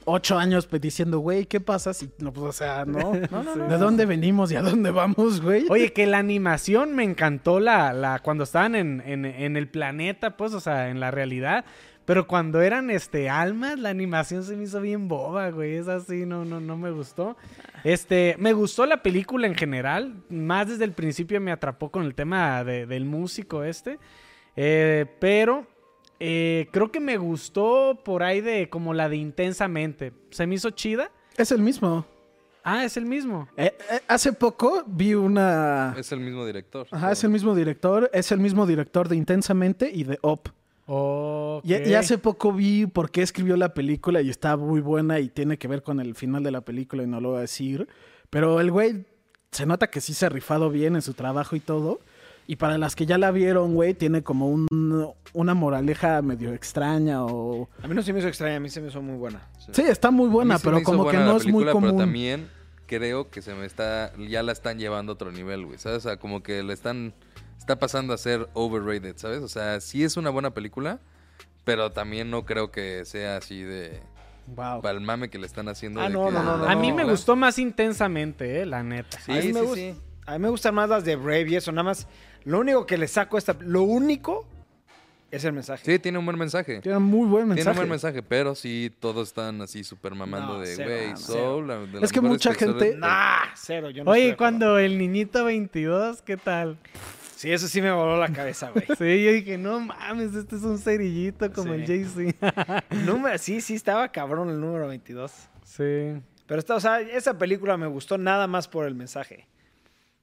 Speaker 4: 8 años pues, diciendo, güey, ¿qué pasa si no? Pues, o sea, no.
Speaker 1: No, no, no.
Speaker 4: ¿De dónde venimos y a dónde vamos, güey?
Speaker 2: Oye, que la animación me encantó la, la cuando estaban en, en- en el planeta, pues, o sea, en la realidad. Pero cuando eran este almas, la animación se me hizo bien boba, güey. Es así, no, no, no me gustó. Este, me gustó la película en general. Más desde el principio me atrapó con el tema de- del músico este. Eh, pero eh, creo que me gustó por ahí de como la de intensamente. Se me hizo chida.
Speaker 4: Es el mismo.
Speaker 2: Ah, es el mismo.
Speaker 4: Eh, eh, hace poco vi una...
Speaker 3: Es el mismo director.
Speaker 4: Ajá, es el mismo director. Es el mismo director de Intensamente y de Up.
Speaker 2: Ok.
Speaker 4: Y, y hace poco vi por qué escribió la película y está muy buena y tiene que ver con el final de la película y no lo voy a decir. Pero el güey se nota que sí se ha rifado bien en su trabajo y todo. Y para las que ya la vieron, güey, tiene como un, una moraleja medio extraña o...
Speaker 1: A mí no se me hizo extraña, a mí se me hizo muy buena.
Speaker 4: Sí, está muy buena,
Speaker 3: A mí se me
Speaker 4: pero
Speaker 3: hizo
Speaker 4: como
Speaker 3: buena
Speaker 4: que
Speaker 3: la
Speaker 4: no es muy
Speaker 3: película,
Speaker 4: común.
Speaker 3: Pero también creo que se me está. Ya la están llevando a otro nivel, güey. ¿Sabes? O sea, como que le están. Está pasando a ser overrated, ¿sabes? O sea, sí es una buena película, pero también no creo que sea así de.
Speaker 4: Wow.
Speaker 3: Para el mame que le están haciendo.
Speaker 1: Ah,
Speaker 3: de
Speaker 1: no,
Speaker 3: que-
Speaker 1: no, no, no,
Speaker 2: A mí me
Speaker 3: ¿verdad?
Speaker 2: gustó más intensamente, eh, la neta.
Speaker 3: Sí,
Speaker 1: a, mí me
Speaker 3: sí,
Speaker 1: gust-
Speaker 3: sí.
Speaker 1: a mí me gustan más las de Brave y eso, nada más. Lo único que le saco a esta, lo único es el mensaje.
Speaker 3: Sí, tiene un buen mensaje.
Speaker 4: Tiene muy buen
Speaker 3: Tiene un
Speaker 4: mensaje.
Speaker 3: buen mensaje, pero sí, todos están así super mamando
Speaker 1: No,
Speaker 3: de,
Speaker 1: cero,
Speaker 3: güey,
Speaker 1: no,
Speaker 3: Soul. la- de las
Speaker 4: Es que
Speaker 3: mejores
Speaker 4: mucha
Speaker 3: películas
Speaker 4: gente-
Speaker 3: de-
Speaker 1: Nah, cero, yo no estoy de
Speaker 2: Oye,
Speaker 1: acuerdo.
Speaker 2: cuando el niñito 22, ¿qué tal?
Speaker 1: Sí, eso sí me voló la cabeza, güey.
Speaker 2: Sí, yo dije, no mames, este es un cerillito como el
Speaker 1: Sí.
Speaker 2: Jay-Z.
Speaker 1: Número, sí, sí, estaba cabrón el número 22.
Speaker 2: sí.
Speaker 1: Pero está, o sea, esa película me gustó nada más por el mensaje.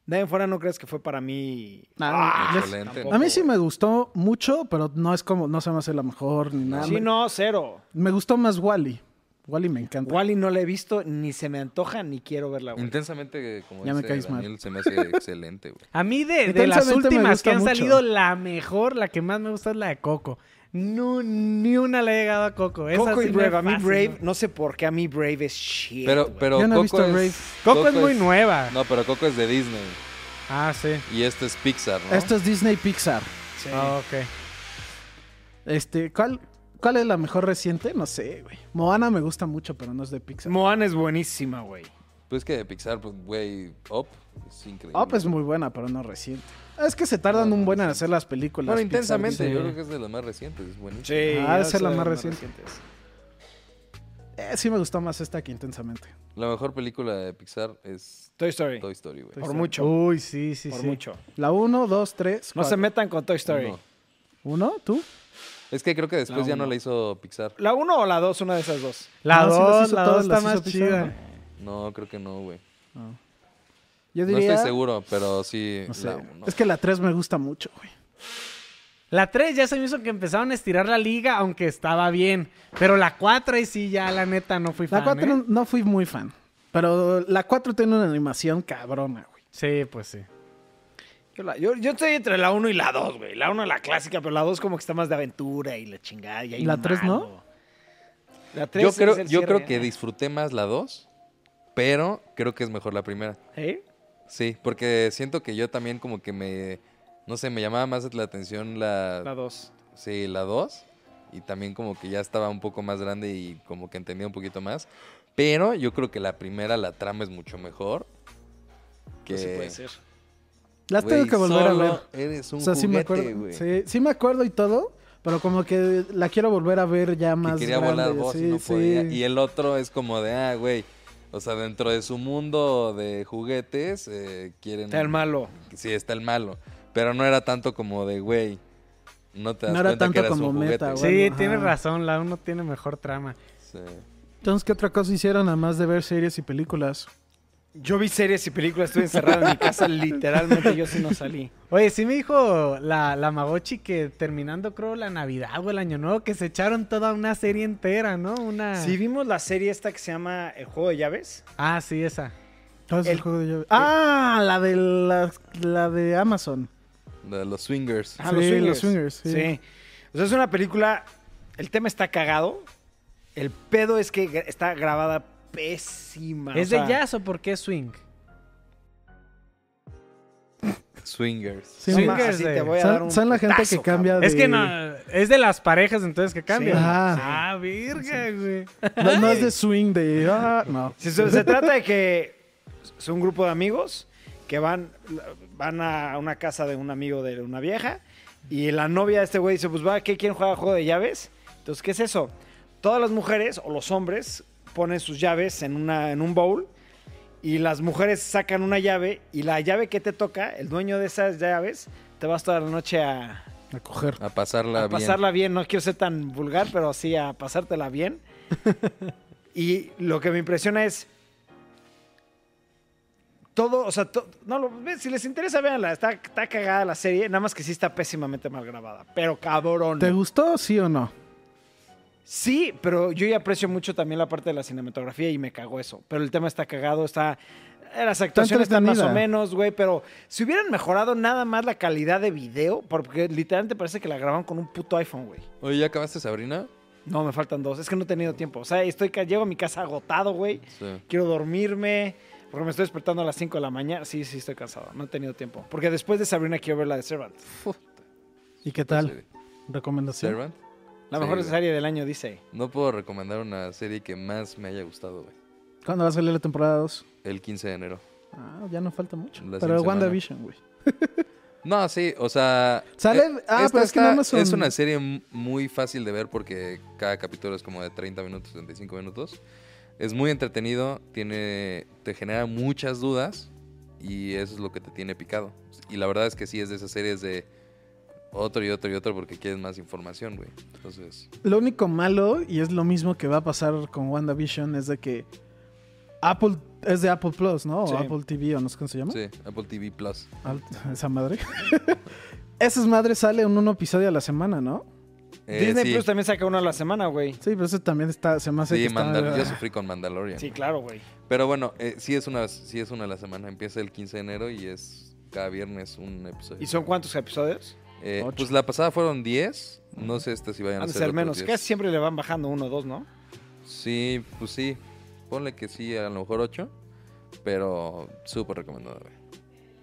Speaker 1: De ahí en fuera no crees que fue para mí.
Speaker 4: Nah,
Speaker 1: Ah,
Speaker 4: les-
Speaker 3: excelente.
Speaker 1: tampoco.
Speaker 4: a mí sí me gustó mucho, pero no es como, no se me hace la mejor ni nada.
Speaker 1: Sí,
Speaker 4: me,
Speaker 1: no, cero.
Speaker 4: me gustó más Wally. Wally me encanta.
Speaker 1: Wally no la he visto, ni se me antoja, ni quiero verla, güey.
Speaker 3: Intensamente, como
Speaker 4: Ya me
Speaker 3: dice
Speaker 4: caes mal.
Speaker 3: Daniel, se me hace excelente, güey.
Speaker 2: A mí de, de las
Speaker 4: Intensamente me
Speaker 2: últimas
Speaker 4: gusta
Speaker 2: que han
Speaker 4: mucho.
Speaker 2: salido, la mejor, la que más me gusta es la de Coco. No, ni una le ha llegado a Coco. Esa
Speaker 1: Coco y
Speaker 2: sí me
Speaker 1: Brave. A mí
Speaker 2: fascinó.
Speaker 1: Brave, no sé por qué a mí Brave es shit.
Speaker 3: Pero,
Speaker 1: güey.
Speaker 3: pero
Speaker 4: Yo no he
Speaker 3: Coco,
Speaker 4: visto Brave.
Speaker 3: es,
Speaker 2: Coco, es muy nueva.
Speaker 3: No, pero Coco es de Disney.
Speaker 2: Ah, sí.
Speaker 3: Y este es Pixar, ¿no?
Speaker 4: Esto es Disney Pixar.
Speaker 1: Sí.
Speaker 2: Ah, ok.
Speaker 4: Este, ¿cuál, ¿cuál es la mejor reciente? No sé, güey. Moana me gusta mucho, pero no es de Pixar.
Speaker 1: Moana es buenísima, güey.
Speaker 3: Pues que de Pixar, pues, güey, Up es increíble.
Speaker 4: Up Oh, pues es muy buena, pero no reciente. Es que se tardan un buen en hacer las películas.
Speaker 3: Bueno,
Speaker 4: Pixar,
Speaker 3: intensamente,
Speaker 4: Disney.
Speaker 3: yo creo que es de las más recientes, es buenísimo.
Speaker 1: Sí.
Speaker 4: Ah,
Speaker 1: yo
Speaker 4: esa es la
Speaker 1: soy de
Speaker 4: más
Speaker 1: las
Speaker 4: reciente.
Speaker 1: recientes.
Speaker 4: Eh, sí me gustó más esta que intensamente.
Speaker 3: La mejor película de Pixar es
Speaker 1: Toy Story.
Speaker 3: Toy Story, güey.
Speaker 1: Por mucho.
Speaker 2: Uy, sí, sí,
Speaker 1: por
Speaker 2: sí.
Speaker 1: mucho.
Speaker 4: La 1, 2, 3.
Speaker 1: No se metan con Toy Story.
Speaker 3: No.
Speaker 4: ¿Uno? ¿Tú?
Speaker 3: Es que creo que después
Speaker 1: La
Speaker 3: ya no
Speaker 1: uno.
Speaker 3: la hizo Pixar.
Speaker 1: ¿La 1 o la 2? Una de esas dos.
Speaker 2: La
Speaker 4: No, sí
Speaker 2: 2,
Speaker 4: las hizo
Speaker 2: la 2
Speaker 4: todas,
Speaker 2: está
Speaker 4: las
Speaker 2: más
Speaker 4: hizo Pixar,
Speaker 2: chida.
Speaker 3: No, creo que no, güey. No
Speaker 4: Yo diría.
Speaker 3: estoy seguro, pero sí.
Speaker 4: no sé.
Speaker 3: la uno.
Speaker 4: Es que la 3 me gusta mucho, güey.
Speaker 2: La 3 ya se me hizo que empezaron a estirar la liga, aunque estaba bien. Pero la 4 ahí sí ya, la neta, no fui fan.
Speaker 4: La 4
Speaker 2: ¿eh?
Speaker 4: no fui muy fan. Pero la 4 tiene una animación cabrona, güey.
Speaker 2: Sí, pues sí.
Speaker 1: Yo, la- yo- yo estoy entre la 1 y la 2, güey. La 1 es la clásica, pero la 2 como que está más de aventura y la chingada. Y hay
Speaker 4: ¿Y la
Speaker 1: un
Speaker 4: tres no?
Speaker 1: malo. La 3
Speaker 3: Yo creo, yo creo
Speaker 4: ¿eh?
Speaker 3: que disfruté más la 2, pero creo que es mejor la primera.
Speaker 1: ¿Eh?
Speaker 3: Sí, porque siento que yo también como que me... No sé, me llamaba más la atención la...
Speaker 1: La 2.
Speaker 3: Sí, la 2. Y también como que ya estaba un poco más grande y como que entendía un poquito más. Pero yo creo que la primera, la trama es mucho mejor. Que...
Speaker 1: Que Pues sí puede ser.
Speaker 4: Las tengo
Speaker 3: Güey,
Speaker 4: que volver a
Speaker 3: solo
Speaker 4: ver.
Speaker 3: Eres un
Speaker 4: O sea, sí me
Speaker 3: juguete,
Speaker 4: acuerdo.
Speaker 3: güey.
Speaker 4: Sí, sí me acuerdo y todo. Pero como que la quiero volver a ver ya
Speaker 3: que
Speaker 4: más.
Speaker 3: quería
Speaker 4: grande,
Speaker 3: volar vos
Speaker 4: sí,
Speaker 3: y no
Speaker 4: sí.
Speaker 3: podía. Y el otro es como de, ah, güey. O sea, dentro de su mundo de juguetes, eh, quieren.
Speaker 1: Está el malo.
Speaker 3: Sí, está el malo. Pero no era tanto como de, güey. No te das
Speaker 4: No era
Speaker 3: cuenta que
Speaker 4: tanto
Speaker 3: eras
Speaker 4: como
Speaker 3: un juguete.
Speaker 4: meta,
Speaker 3: güey.
Speaker 4: güey.
Speaker 2: sí,
Speaker 4: Bueno,
Speaker 2: tienes
Speaker 4: ajá.
Speaker 2: razón, la 1 tiene mejor trama.
Speaker 3: Sí.
Speaker 4: Entonces, ¿qué otra cosa hicieron además de ver series y películas?
Speaker 1: Yo vi series y películas, estuve encerrado en mi casa, literalmente yo sí no salí.
Speaker 2: Oye, sí me dijo la, la Magochi que terminando, creo, la Navidad o el Año Nuevo, que se echaron toda una serie entera, ¿no? Una...
Speaker 1: Sí, vimos la serie esta que se llama El juego de llaves.
Speaker 2: Ah, sí, esa.
Speaker 4: ¿Cuál es
Speaker 1: El-
Speaker 4: el juego de llave? Ah, la de la, la de Amazon.
Speaker 3: De los swingers.
Speaker 4: Ah, los swingers, swingers, sí.
Speaker 1: O sea, es una película. El tema está cagado. El pedo es que gra- está grabada pésima.
Speaker 2: ¿Es
Speaker 1: Ah, o
Speaker 2: de
Speaker 1: sea,
Speaker 2: jazz o por qué swing?
Speaker 3: Swingers.
Speaker 4: Sí,
Speaker 1: no
Speaker 2: Sí,
Speaker 1: mames,
Speaker 2: swingers
Speaker 1: así
Speaker 2: de-
Speaker 1: te voy a dar
Speaker 4: son,
Speaker 1: un
Speaker 4: son la gente
Speaker 1: putazo,
Speaker 4: que cambia de...
Speaker 2: Es que no, es de las parejas entonces que cambian.
Speaker 1: Sí,
Speaker 4: Ajá.
Speaker 2: Ah, virga, güey.
Speaker 4: No, no es de swing, de... ah, no.
Speaker 1: Si se, se trata de que es un grupo de amigos que van, van a una casa de un amigo de una vieja y la novia de este güey dice, pues va, ¿qué quieren jugar a juego de llaves? Entonces, ¿qué es eso? Todas las mujeres o los hombres ponen sus llaves en, una, en un bowl y las mujeres sacan una llave y la llave que te toca, el dueño de esas llaves, te vas toda la noche a,
Speaker 4: A coger.
Speaker 3: A pasarla
Speaker 1: a
Speaker 3: bien.
Speaker 1: pasarla bien. No quiero ser tan vulgar, pero sí a pasártela bien. y lo que me impresiona es todo, o sea, to- no lo ve, si les interesa véanla, está, está cagada la serie, nada más que sí está pésimamente mal grabada, pero cabrón.
Speaker 4: ¿Te gustó, sí o no?
Speaker 1: Sí, pero yo ya aprecio mucho también la parte de la cinematografía y me cagó eso. Pero el tema está cagado, está. eh, Las actuaciones están más o
Speaker 4: entretenida.
Speaker 1: menos, güey, pero si hubieran mejorado nada más la calidad de video, porque literalmente parece que la grabaron con un puto iPhone, güey.
Speaker 3: Oye, ¿ya acabaste Sabrina?
Speaker 1: No, me faltan dos. Es que no he tenido tiempo. O sea, estoy ca- llego a mi casa agotado, güey.
Speaker 3: Sí.
Speaker 1: Quiero dormirme. Porque me estoy despertando a las 5 de la mañana. Sí, sí, estoy cansado. No he tenido tiempo. Porque después de Sabrina quiero ver la de Servant.
Speaker 4: ¿Y qué tal? ¿Recomendación?
Speaker 3: Servant.
Speaker 1: La
Speaker 3: Sí,
Speaker 1: mejor
Speaker 3: güey.
Speaker 1: serie del año, dice.
Speaker 3: No puedo recomendar una serie que más me haya gustado, güey.
Speaker 4: ¿Cuándo va a salir la temporada 2?
Speaker 3: El 15 de enero.
Speaker 4: Ah, ya no falta mucho.
Speaker 3: La
Speaker 4: Pero
Speaker 3: siguiente
Speaker 4: WandaVision, güey.
Speaker 3: No, sí, o sea...
Speaker 4: Sale-
Speaker 3: eh,
Speaker 4: ah,
Speaker 3: esta
Speaker 4: pero es que en
Speaker 3: está-
Speaker 4: Amazon-
Speaker 3: Es una serie m- muy fácil de ver porque cada capítulo es como de 30 minutos, 35 minutos. Es muy entretenido, tiene, te genera muchas dudas y eso es lo que te tiene picado. Y la verdad es que sí es de esas series de otro y otro y otro porque quieres más información, güey. Entonces,
Speaker 4: Lo único malo, y es lo mismo que va a pasar con WandaVision, es de que Apple es de Apple Plus, ¿no? O
Speaker 1: Sí.
Speaker 4: Apple TV, o no sé cómo se llama.
Speaker 3: sí, Apple TV Plus.
Speaker 4: Al- Esa madre. Esas madres sale en un episodio a la semana, ¿no?
Speaker 3: Eh,
Speaker 1: Disney
Speaker 3: sí,
Speaker 1: Plus también saca uno a la semana, güey.
Speaker 4: Sí, pero eso también está, se me hace
Speaker 3: sí,
Speaker 4: que está-
Speaker 3: Mandal- yo sufrí con Mandalorian.
Speaker 1: Sí, claro, güey.
Speaker 3: Pero bueno, eh, sí es una sí es una a la semana. Empieza el 15 de enero y es cada viernes un episodio.
Speaker 1: ¿Y son cuántos episodios?
Speaker 3: Eh,
Speaker 4: Ocho.
Speaker 3: pues la pasada fueron 10. No sé esta si vayan
Speaker 1: Han
Speaker 3: a
Speaker 1: de
Speaker 3: ser,
Speaker 1: ser
Speaker 3: otros
Speaker 1: menos.
Speaker 3: 10.
Speaker 1: Casi siempre le van bajando uno o dos, ¿no?
Speaker 3: Sí, pues sí. Ponle que sí, a lo mejor 8. Pero súper recomendado, güey.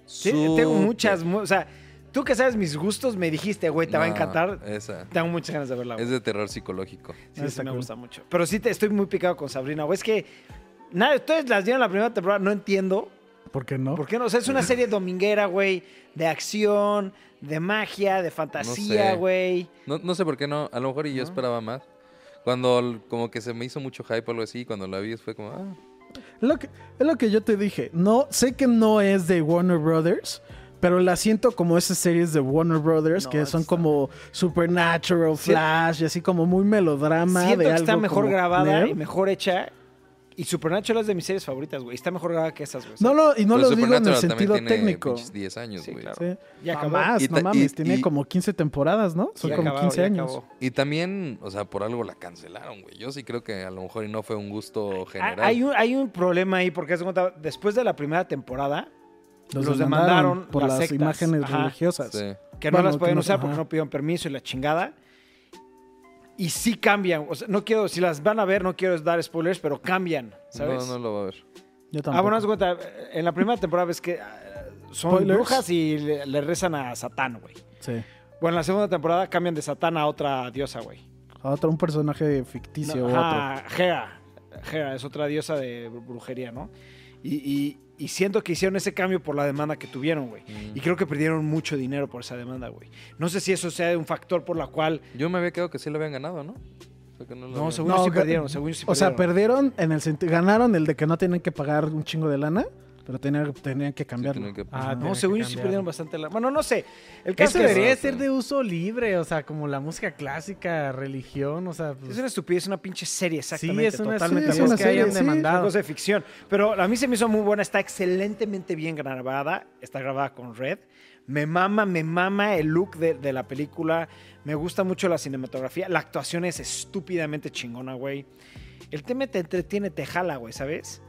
Speaker 1: Sí,
Speaker 3: Súper.
Speaker 1: tengo muchas. mu- o sea, tú que sabes mis gustos, me dijiste, güey, te va a
Speaker 3: No,
Speaker 1: encantar.
Speaker 3: Esa.
Speaker 1: Tengo muchas ganas de verla, güey.
Speaker 3: Es de terror psicológico.
Speaker 1: Sí,
Speaker 4: Ah,
Speaker 1: sí
Speaker 4: está
Speaker 1: me
Speaker 4: cool.
Speaker 1: gusta mucho. Pero sí te, estoy muy picado con Sabrina, güey. Es que. Nada, ustedes las dieron la primera temporada, no entiendo.
Speaker 4: ¿Por qué no?
Speaker 1: ¿Por qué no? O sea, es una serie dominguera, güey. De acción, de magia, de fantasía,
Speaker 3: sé.
Speaker 1: güey.
Speaker 3: No, no sé por qué no. A lo mejor y yo
Speaker 1: No.
Speaker 3: esperaba más. Cuando l- como que se me hizo mucho hype o algo así. Cuando la vi fue como, ah,
Speaker 4: Es lo que, es lo que yo te dije. No, sé que no es de Warner Brothers, pero la siento como esas series de Warner Brothers
Speaker 1: No,
Speaker 4: que son
Speaker 1: está-
Speaker 4: como Supernatural,
Speaker 1: Sí.
Speaker 4: Flash y así como muy melodrama.
Speaker 1: Siento
Speaker 4: de
Speaker 1: que está
Speaker 4: algo
Speaker 1: mejor
Speaker 4: como
Speaker 1: grabada
Speaker 4: nerd.
Speaker 1: y mejor hecha. Y Supernatural es de mis series favoritas, güey. Está mejor grabada que esas, güey.
Speaker 4: No, no, y
Speaker 3: pero
Speaker 4: no lo digo en el
Speaker 3: Supernatural Pues también
Speaker 4: sentido
Speaker 3: tiene
Speaker 4: técnico.
Speaker 3: pinches 10 años,
Speaker 1: Sí,
Speaker 3: güey.
Speaker 1: claro.
Speaker 4: Sí.
Speaker 1: Ya
Speaker 4: No
Speaker 1: acabó.
Speaker 4: más,
Speaker 3: Y
Speaker 4: no
Speaker 3: ta-
Speaker 4: mames,
Speaker 3: y-
Speaker 4: tiene
Speaker 3: y-
Speaker 4: como 15 temporadas, ¿no? Son
Speaker 1: Ya
Speaker 4: como
Speaker 1: acabado,
Speaker 4: 15
Speaker 1: ya
Speaker 4: años.
Speaker 1: acabó.
Speaker 3: Y también, o sea, por algo la cancelaron, güey. Yo sí creo que a lo mejor y no fue un gusto
Speaker 1: Ah,
Speaker 3: general.
Speaker 1: Hay un, hay un problema ahí, porque haz de cuenta, después de la primera temporada,
Speaker 4: Los,
Speaker 1: Los
Speaker 4: demandaron
Speaker 1: demandaron
Speaker 4: por
Speaker 1: las
Speaker 4: las,
Speaker 1: sectas.
Speaker 4: imágenes
Speaker 1: Ajá.
Speaker 4: religiosas.
Speaker 3: Sí.
Speaker 1: que no
Speaker 4: Bueno,
Speaker 1: las
Speaker 4: que
Speaker 1: pueden
Speaker 4: no-
Speaker 1: usar
Speaker 4: ajá.
Speaker 1: porque no pidieron permiso y la chingada. Y sí cambian. O sea, no quiero, si las van a ver, no quiero dar spoilers, pero cambian, ¿sabes?
Speaker 3: No, no lo va a ver.
Speaker 4: Yo tampoco.
Speaker 1: Ah, bueno, haz de cuenta, en la primera temporada ves que ah, son
Speaker 4: Spoilers.
Speaker 1: brujas y le, le rezan a Satán, güey.
Speaker 4: Sí.
Speaker 1: Bueno, en la segunda temporada cambian de Satán a otra diosa, güey.
Speaker 4: A otro, un personaje
Speaker 1: No, ah,
Speaker 4: ficticio u otro.
Speaker 1: ajá, Hera. Hera es otra diosa de brujería, ¿no? Y, y- y siento que hicieron ese cambio por la demanda que tuvieron, güey.
Speaker 3: Mm.
Speaker 1: Y creo que perdieron mucho dinero por esa demanda, güey. No sé si eso sea un factor por la cual...
Speaker 3: Yo me había quedado que sí lo habían ganado, ¿no? O sea, que no Pues lo
Speaker 1: No,
Speaker 3: habían-
Speaker 1: según yo sí
Speaker 4: ga-
Speaker 1: perdieron, según yo sí
Speaker 4: O sea,
Speaker 1: perdieron.
Speaker 4: perdieron en el sentido. Ganaron el de que no tienen que pagar un chingo de lana, pero tenían, tenían que
Speaker 3: Sí,
Speaker 4: cambiarlo.
Speaker 3: tenían que-
Speaker 2: Ah,
Speaker 1: No,
Speaker 2: tiene que
Speaker 1: según yo sí
Speaker 2: cambiarlo.
Speaker 1: perdieron bastante la... Bueno, no sé. El caso
Speaker 2: Eso
Speaker 1: es...
Speaker 2: debería
Speaker 3: sí.
Speaker 2: ser de uso libre, o sea, como la música clásica, religión, o sea, pues,
Speaker 1: Es una estupidez, una pinche serie, exactamente.
Speaker 2: sí, es una,
Speaker 1: totalmente.
Speaker 2: sí,
Speaker 4: es
Speaker 2: es
Speaker 4: una
Speaker 2: que
Speaker 4: serie,
Speaker 2: hayan
Speaker 4: sí.
Speaker 1: una
Speaker 2: demandado.
Speaker 1: cosa de ficción. Pero a mí se me hizo muy buena, está excelentemente bien grabada, está grabada con red. Me mama, me mama el look de, de la película, me gusta mucho la cinematografía, la actuación es estúpidamente chingona, güey. El tema te entretiene, te jala, güey, ¿sabes?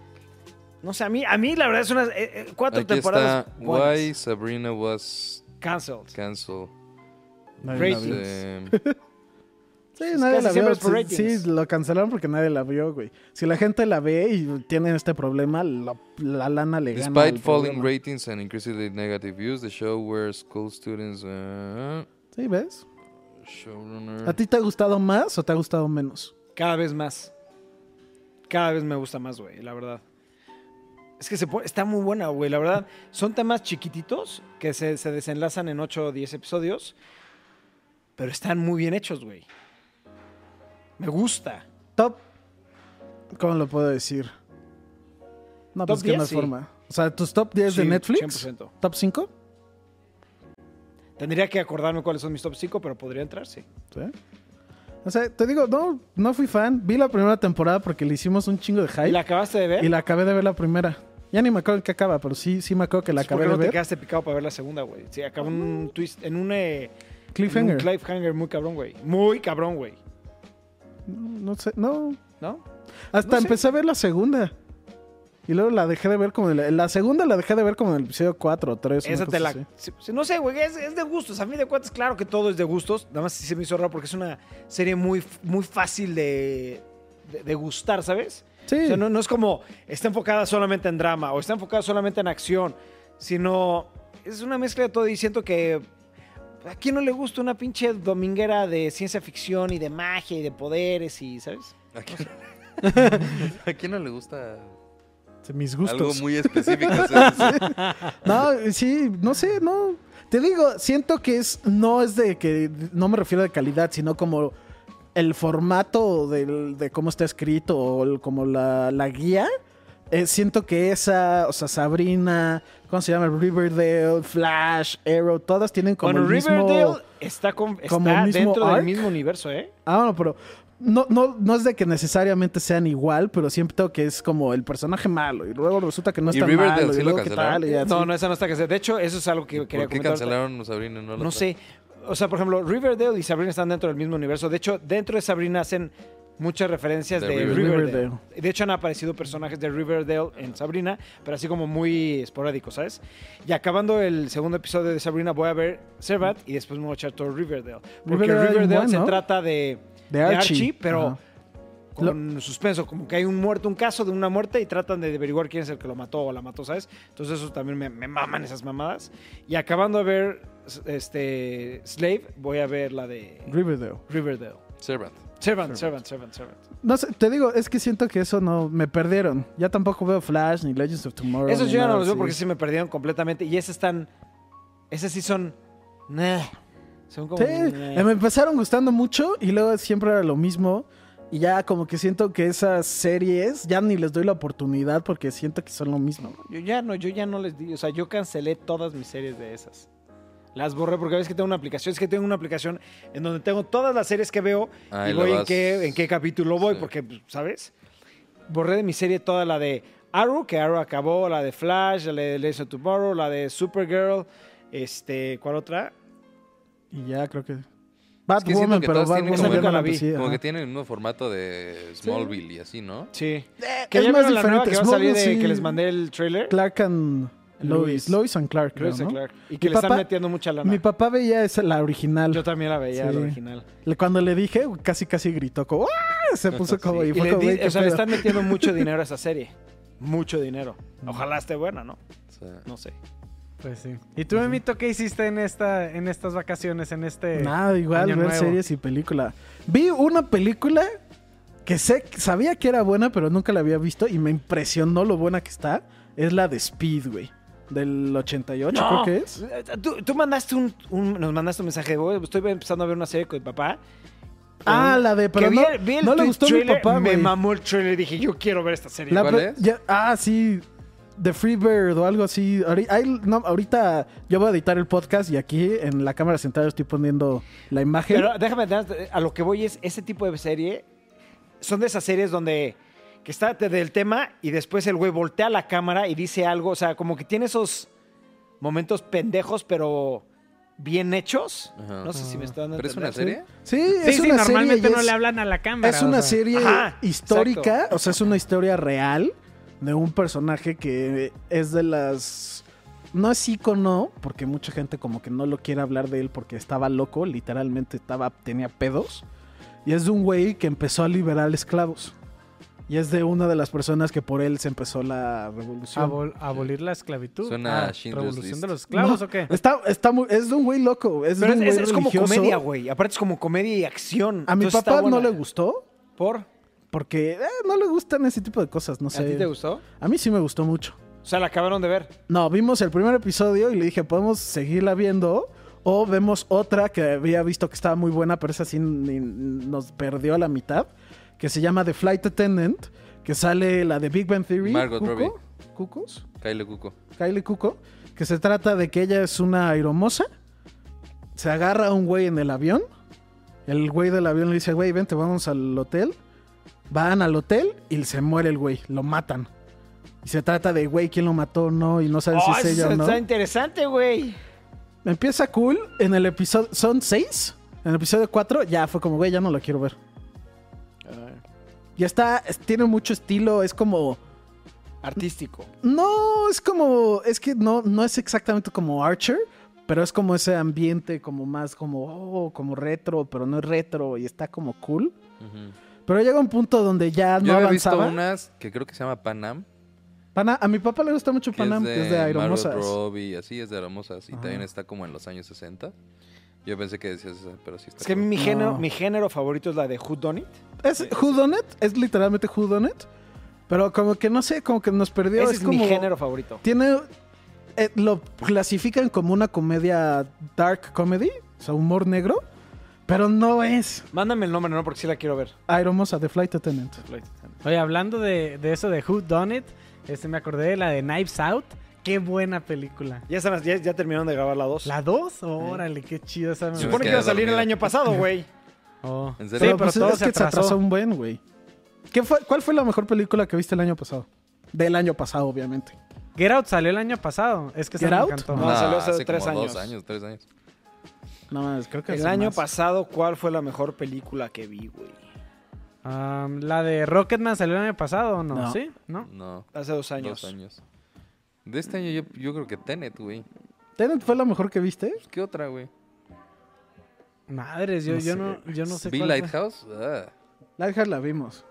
Speaker 1: No sé, a mí, a mí la verdad es unas eh, eh, cuatro
Speaker 3: Aquí
Speaker 1: temporadas.
Speaker 3: está
Speaker 1: buenas.
Speaker 3: Why Sabrina Was
Speaker 1: Cancelled.
Speaker 3: Cancelled.
Speaker 4: Nadie la
Speaker 1: Ratings.
Speaker 4: vio.
Speaker 3: Eh,
Speaker 4: Sí,
Speaker 1: Es
Speaker 4: nadie
Speaker 1: casi
Speaker 4: la
Speaker 1: siempre
Speaker 4: vio.
Speaker 1: es por
Speaker 4: Sí, Sí,
Speaker 1: ratings.
Speaker 4: lo cancelaron porque nadie la vio, güey. Si la gente la ve y tiene este problema, la, la lana le gana.
Speaker 3: Despite
Speaker 4: al
Speaker 3: falling
Speaker 4: problema.
Speaker 3: ratings and increasingly negative views, the show where school students. eh,
Speaker 4: Sí, ¿ves?
Speaker 3: showrunner.
Speaker 4: ¿A ti te ha gustado más o te ha gustado menos?
Speaker 1: Cada vez más. Cada vez me gusta más, güey, la verdad. Es que se pone- está muy buena, güey, la verdad. Son temas chiquititos que se, se desenlazan en 8 o 10 episodios, pero están muy bien hechos, güey. Me gusta.
Speaker 4: Top. ¿Cómo lo puedo decir? No,
Speaker 1: Top
Speaker 4: pues que no
Speaker 1: 10,
Speaker 4: hay
Speaker 1: sí.
Speaker 4: forma. O sea, tus top 10 de
Speaker 1: Sí,
Speaker 4: Netflix.
Speaker 1: 100%.
Speaker 4: ¿Top 5?
Speaker 1: Tendría que acordarme cuáles son mis top 5, pero podría entrar, sí.
Speaker 4: Sí. O sea, te digo, no, no fui fan. Vi la primera temporada porque le hicimos un chingo de hype.
Speaker 1: ¿Y la acabaste de ver?
Speaker 4: y la acabé de ver la primera. Ya ni me acuerdo en qué acaba, pero sí, sí me acuerdo que la
Speaker 1: Entonces, ¿Por
Speaker 4: acabé
Speaker 1: qué
Speaker 4: de
Speaker 1: no te
Speaker 4: ver.
Speaker 1: quedaste picado para ver la segunda, güey? Sí, acabó en un twist, en un, eh, en
Speaker 4: Cliffhanger.
Speaker 1: un cliffhanger muy cabrón, güey. Muy cabrón, güey.
Speaker 4: No sé, no.
Speaker 1: ¿No?
Speaker 4: Hasta
Speaker 1: No sé.
Speaker 4: empecé a ver la segunda. Y luego la dejé de ver como en la, la segunda la dejé de ver como en el episodio 4 o 3.
Speaker 1: Esa te la... sí, sí, No sé, güey, es, es de gustos. A mí de cuentas, claro que todo es de gustos. Nada más sí se me hizo raro porque es una serie muy, muy fácil de, de, de gustar, ¿sabes?
Speaker 4: Sí.
Speaker 1: O sea, no, no es como está enfocada solamente en drama o está enfocada solamente en acción, sino es una mezcla de todo y siento que... ¿A quién no le gusta una pinche dominguera de ciencia ficción y de magia y de poderes y, ¿sabes?
Speaker 3: ¿A quién, ¿A quién no le gusta
Speaker 4: Mis
Speaker 3: algo
Speaker 4: gustos.
Speaker 3: muy específico? O sea, sí.
Speaker 4: No, sí, no sé, no. Te digo, siento que es, no es de que, no me refiero de calidad, sino como el formato del- de cómo está escrito o el- como la, la guía eh, siento que esa, o sea, Sabrina, ¿cómo se llama? Riverdale, Flash, Arrow, todas tienen como
Speaker 1: bueno,
Speaker 4: el mismo...
Speaker 1: Riverdale está, con- está
Speaker 4: como el mismo
Speaker 1: dentro
Speaker 4: arc.
Speaker 1: del mismo universo, ¿eh?
Speaker 4: Ah, bueno, pero no, no, no es de que necesariamente sean igual, pero siento que es como el personaje malo y luego resulta que no
Speaker 3: ¿Y
Speaker 4: está
Speaker 3: Riverdale
Speaker 4: malo
Speaker 3: sí
Speaker 4: y
Speaker 3: lo
Speaker 4: luego qué
Speaker 3: cancelaron?
Speaker 4: tal y ya,
Speaker 1: No,
Speaker 4: sí.
Speaker 1: no, esa no está que De hecho, eso es algo que quería
Speaker 3: ¿Por qué
Speaker 1: comentar. ahorita.
Speaker 3: cancelaron a Sabrina? y No, la
Speaker 1: No
Speaker 3: otra?
Speaker 1: sé. O sea, por ejemplo, Riverdale y Sabrina están dentro del mismo universo. De hecho, dentro de Sabrina hacen muchas referencias de,
Speaker 3: De
Speaker 1: Riverdale.
Speaker 3: Riverdale.
Speaker 1: De hecho, han aparecido personajes de Riverdale en Sabrina, pero así como muy esporádicos, ¿sabes? Y acabando el segundo episodio de Sabrina, voy a ver Servat y después me voy a echar todo Riverdale. Porque
Speaker 4: Riverdale
Speaker 1: Riverdale,
Speaker 4: es bueno,
Speaker 1: se
Speaker 4: ¿no?
Speaker 1: trata de,
Speaker 4: De
Speaker 1: de
Speaker 4: Archie.
Speaker 1: Archie. pero
Speaker 4: Ajá.
Speaker 1: con suspenso, como que hay un muerto, un caso de una muerte y tratan de averiguar quién es el que lo mató o la mató, ¿sabes? Entonces eso también me, me maman esas mamadas. Y acabando de ver s- este Slave, voy a ver la de
Speaker 4: Riverdale.
Speaker 1: Riverdale.
Speaker 3: Servant.
Speaker 1: Servant, Servant, Servant, Servant.
Speaker 4: No sé, te digo, es que siento que eso no me perdieron. Ya tampoco veo Flash ni Legends of Tomorrow.
Speaker 1: Esos
Speaker 4: ni
Speaker 1: yo ya
Speaker 4: nada
Speaker 1: no los veo
Speaker 4: así.
Speaker 1: porque sí me perdieron completamente. Y esas están... Esas sí son... nah, Son como...
Speaker 4: Sí,
Speaker 1: nah.
Speaker 4: eh, me empezaron gustando mucho y luego siempre era lo mismo. Y ya como que siento que esas series ya ni les doy la oportunidad porque siento que son lo mismo.
Speaker 1: Yo ya no, yo ya no les di, o sea, yo cancelé todas mis series de esas. Las borré porque ves que tengo una aplicación, es que tengo una aplicación en donde tengo todas las series que veo
Speaker 3: Ah,
Speaker 1: y
Speaker 3: y la
Speaker 1: voy en
Speaker 3: vas-
Speaker 1: qué, en qué capítulo voy,
Speaker 3: Sí.
Speaker 1: porque, pues, ¿sabes? Borré de mi serie toda la de Arrow, que Arrow acabó, la de Flash, la de Legends of Tomorrow, la de Supergirl, este, ¿cuál otra?
Speaker 4: Y ya creo que...
Speaker 3: que siento
Speaker 4: Batwoman,
Speaker 3: que
Speaker 4: pero
Speaker 3: todas tienen
Speaker 4: Batwoman
Speaker 1: como
Speaker 4: ya
Speaker 1: que-
Speaker 4: no la
Speaker 1: Como
Speaker 4: empecé,
Speaker 3: Como
Speaker 4: ajá.
Speaker 3: que tiene el mismo formato de Smallville y así, ¿no?
Speaker 1: Sí.
Speaker 4: es
Speaker 1: ya
Speaker 4: más
Speaker 1: vieron la nueva
Speaker 4: diferente,
Speaker 1: Eh, que va a salir
Speaker 4: Smallville
Speaker 1: de-
Speaker 4: sí.
Speaker 1: que les mandé el trailer.
Speaker 4: Clark and Lois.
Speaker 1: Lois.
Speaker 4: Lois and Clark, creo,
Speaker 1: Lois y
Speaker 4: ¿no?
Speaker 1: Clark. Y que
Speaker 4: Mi
Speaker 1: le están
Speaker 4: papá-
Speaker 1: metiendo mucha lana.
Speaker 4: Mi papá veía esa, la original.
Speaker 1: Yo también la veía,
Speaker 4: Sí.
Speaker 1: la original.
Speaker 4: Le- Cuando le dije, casi casi gritó como ¡Ah! Se puso como...
Speaker 1: Y
Speaker 4: y fue
Speaker 1: le
Speaker 4: como,
Speaker 1: di-
Speaker 4: "Güey, qué
Speaker 1: o sea, le
Speaker 4: pedo".
Speaker 1: están metiendo mucho dinero a esa serie. Mucho dinero. Ojalá esté buena, ¿no?
Speaker 3: O sea,
Speaker 1: No sé.
Speaker 2: Pues sí. ¿Y tú, Memito, qué hiciste en, esta, en estas vacaciones, en este...
Speaker 4: Nada, igual
Speaker 2: Año
Speaker 4: ver
Speaker 2: nuevo.
Speaker 4: series y película. Vi una película que sé, sabía que era buena, pero nunca la había visto y me impresionó lo buena que está. Es la de Speed, güey. Del 88, creo que es.
Speaker 1: Tú, tú mandaste un, un- Nos mandaste un mensaje. "Oye, Estoy empezando a ver una serie con mi papá.
Speaker 4: Ah,
Speaker 1: Con-
Speaker 4: la de- pero
Speaker 1: que
Speaker 4: no- no le
Speaker 1: tweet
Speaker 4: gustó a mi
Speaker 1: trailer,
Speaker 4: papá,
Speaker 1: Me
Speaker 4: güey.
Speaker 1: mamó el trailer. Dije, yo quiero ver esta serie.
Speaker 4: La
Speaker 3: ¿Cuál
Speaker 4: pe-
Speaker 3: es?
Speaker 4: ya- ah, sí. The Freebird o algo así. Ahori- ahí- no, ahorita yo voy a editar el podcast y aquí en la cámara central estoy poniendo la imagen.
Speaker 1: Pero déjame, eh, a lo que voy es, ese tipo de serie son de esas series donde que está te- del tema y después el güey voltea la cámara y dice algo, o sea, como que tiene esos momentos pendejos, pero bien hechos.
Speaker 3: Ajá.
Speaker 1: No sé si me está dando a
Speaker 3: ¿Pero es una
Speaker 1: entender.
Speaker 3: serie?
Speaker 4: sí,
Speaker 2: Sí,
Speaker 4: es
Speaker 2: sí,
Speaker 4: una
Speaker 2: normalmente
Speaker 4: serie y
Speaker 2: no
Speaker 4: es-
Speaker 2: le hablan a la cámara.
Speaker 4: Es
Speaker 2: o
Speaker 4: una
Speaker 2: sea.
Speaker 4: serie
Speaker 1: Ajá,
Speaker 4: histórica, o sea, es una historia real de un personaje que es de las... No es ícono, porque mucha gente como que no lo quiere hablar de él porque estaba loco, literalmente estaba, tenía pedos. Y es de un güey que empezó a liberar esclavos. Y es de una de las personas que por él se empezó la revolución.
Speaker 2: Abol- abolir la esclavitud.
Speaker 3: Suena a Schindler's
Speaker 2: ¿Revolución
Speaker 3: List.
Speaker 2: de los esclavos
Speaker 4: No,
Speaker 2: o qué?
Speaker 4: Está, está muy- es de un güey loco, es
Speaker 1: Pero
Speaker 4: de
Speaker 1: es,
Speaker 4: un
Speaker 1: es-
Speaker 4: güey
Speaker 1: es como
Speaker 4: religioso.
Speaker 1: comedia, güey. Aparte es como comedia y acción.
Speaker 4: A mi
Speaker 1: Entonces está
Speaker 4: papá no
Speaker 1: buena.
Speaker 4: le gustó
Speaker 1: ¿Por?
Speaker 4: porque eh, no le gustan ese tipo de cosas, no sé.
Speaker 1: ¿A ti te gustó?
Speaker 4: A mí sí me gustó mucho.
Speaker 1: O sea, la acabaron de ver.
Speaker 4: No, vimos el primer episodio y le dije, podemos seguirla viendo. O vemos otra que había visto que estaba muy buena, pero esa sí ni- nos perdió a la mitad. Que se llama The Flight Attendant. Que sale la de Big Bang Theory.
Speaker 3: Margot
Speaker 4: Cuco,
Speaker 3: Robbie.
Speaker 4: Cucos.
Speaker 3: Kyle Cuco.
Speaker 4: Kylie Cuco. Que se trata de que ella es una aeromoza. Se agarra a un güey en el avión. El güey del avión le dice, güey, vente, vamos al hotel. Van al hotel y se muere el güey. Lo matan. Y se trata de, güey, quién lo mató, no. Y no saben
Speaker 1: Oh,
Speaker 4: si es
Speaker 1: eso
Speaker 4: ella o no.
Speaker 1: Está interesante, güey.
Speaker 4: Empieza cool en el episodio. Son seis. En el episodio cuatro ya fue como, güey, ya no lo quiero ver. Ya está, es- tiene mucho estilo, es como.
Speaker 1: Artístico.
Speaker 4: No, es como. Es que no, no es exactamente como Archer, pero es como ese ambiente, como más como, oh, como retro, pero no es retro y está como cool.
Speaker 3: Ujú.
Speaker 4: Pero llega un punto donde ya Ah, no
Speaker 3: Yo había visto
Speaker 4: avanzaba.
Speaker 3: unas que creo que se llama Panam.
Speaker 4: Pana- a mi papá le gusta mucho
Speaker 3: Que es
Speaker 4: Panam,
Speaker 3: de,
Speaker 4: que es de Aeromosas.
Speaker 3: Margot Robbie, así es de Aeromosas. Y
Speaker 4: Ajá.
Speaker 3: también está como en los años 60. Yo pensé que decías esa, pero sí está.
Speaker 1: Es que
Speaker 3: cool.
Speaker 1: mi género,
Speaker 4: No.
Speaker 1: mi género favorito es la de Who Done It.
Speaker 4: Es Who Done It, es literalmente Who Done It. Pero como que no sé, como que nos perdió.
Speaker 1: Ese es, mi
Speaker 4: como-
Speaker 1: género favorito.
Speaker 4: Tiene. eh, lo clasifican como una comedia dark comedy, o sea, humor negro. Pero no es.
Speaker 1: Mándame el nombre, no, porque sí la quiero ver.
Speaker 4: Aeromosa de Flight Attendant.
Speaker 2: Oye, hablando de, de eso de Who Done It, este, me acordé de la de Knives Out. Qué buena película.
Speaker 1: Ya, están las- ya, ya terminaron de grabar la 2.
Speaker 2: ¿La 2? Órale, qué chido esa. me
Speaker 1: Se
Speaker 3: Sí,
Speaker 2: gustó.
Speaker 1: supone
Speaker 3: es
Speaker 1: que
Speaker 3: que
Speaker 1: iba a salir el
Speaker 3: dormida.
Speaker 1: año pasado, güey.
Speaker 2: Oh.
Speaker 3: ¿En
Speaker 2: Sí,
Speaker 3: serio?
Speaker 2: pero
Speaker 4: pues
Speaker 2: todo
Speaker 4: es
Speaker 2: se
Speaker 4: que se
Speaker 2: atrasó.
Speaker 4: atrasó un buen, güey. ¿Qué fue, ¿Cuál fue la mejor película que viste el año pasado? Del año pasado, obviamente.
Speaker 2: Get Out salió el año pasado. Es que se
Speaker 4: Get
Speaker 2: me
Speaker 4: Out?
Speaker 2: encantó.
Speaker 1: No, salió hace tres
Speaker 3: como dos
Speaker 1: años.
Speaker 3: años, tres años.
Speaker 4: No mames, creo que
Speaker 1: El
Speaker 4: hace
Speaker 1: año
Speaker 4: más.
Speaker 1: pasado, ¿cuál fue la mejor película que vi, güey?
Speaker 2: Um, la de Rocketman salió el año pasado o no?
Speaker 4: No.
Speaker 2: ¿Sí? ¿No?
Speaker 3: No,
Speaker 1: Hace dos años.
Speaker 3: dos años. De este año yo, yo creo que Tenet, güey. Pues,
Speaker 4: ¿Tenet fue la mejor que viste?
Speaker 3: ¿Qué otra, güey?
Speaker 2: Madres, yo
Speaker 4: No
Speaker 2: no, yo
Speaker 4: sé,
Speaker 2: no, yo no sé
Speaker 3: ¿Be
Speaker 2: cuál fue.
Speaker 3: Lighthouse? Ah.
Speaker 4: Lighthouse la vimos.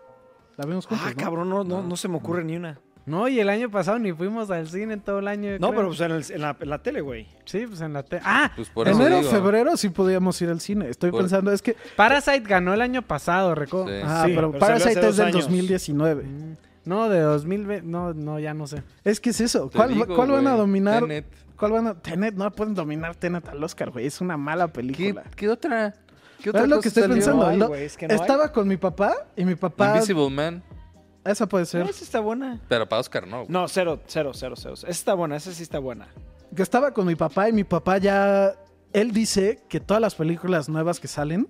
Speaker 4: La vimos juntos,
Speaker 1: Ah,
Speaker 4: ¿no?
Speaker 1: cabrón, no, no,
Speaker 3: No.
Speaker 1: no se me ocurre ni una.
Speaker 2: No, y el año pasado ni fuimos al cine en todo el año. yo
Speaker 1: No, pero
Speaker 2: creo.
Speaker 1: pues en, el- en la, en la tele, güey.
Speaker 2: Sí, pues en la tele. ¡Ah!
Speaker 3: Pues por eso
Speaker 4: Enero,
Speaker 3: digo.
Speaker 4: febrero sí podíamos ir al cine. Estoy
Speaker 3: Por-
Speaker 4: pensando, es que...
Speaker 2: Parasite ganó el año pasado, recuerdo.
Speaker 3: Sí.
Speaker 4: Ah,
Speaker 1: Sí,
Speaker 4: pero,
Speaker 1: pero salió hace
Speaker 4: Parasite
Speaker 1: dos
Speaker 4: es del
Speaker 1: años.
Speaker 4: 2019.
Speaker 2: Mm. No, de 2020. No, no, ya no sé.
Speaker 4: Es que es eso.
Speaker 3: Te
Speaker 4: ¿Cuál,
Speaker 3: digo,
Speaker 4: cuál van a
Speaker 3: güey,
Speaker 4: dominar?
Speaker 3: Tenet.
Speaker 4: ¿Cuál van a...? Tenet, no pueden dominar Tenet al Oscar, güey. Es una mala
Speaker 3: ¿Qué,
Speaker 4: película.
Speaker 3: ¿Qué otra? ¿Qué otra
Speaker 4: Es lo
Speaker 3: cosa
Speaker 4: que estoy
Speaker 3: salió?
Speaker 4: pensando.
Speaker 1: Ay,
Speaker 4: Lo-
Speaker 1: güey, es que no hay.
Speaker 4: Estaba con mi papá y mi papá...
Speaker 3: Invisible Man.
Speaker 4: Ah, Esa puede
Speaker 1: No,
Speaker 4: ser.
Speaker 1: esa está buena.
Speaker 3: Pero para Oscar no. güey.
Speaker 1: No, cero, cero, cero, cero. Esa está buena, esa sí está buena.
Speaker 4: que estaba con mi papá y mi papá ya él dice que todas las películas nuevas que salen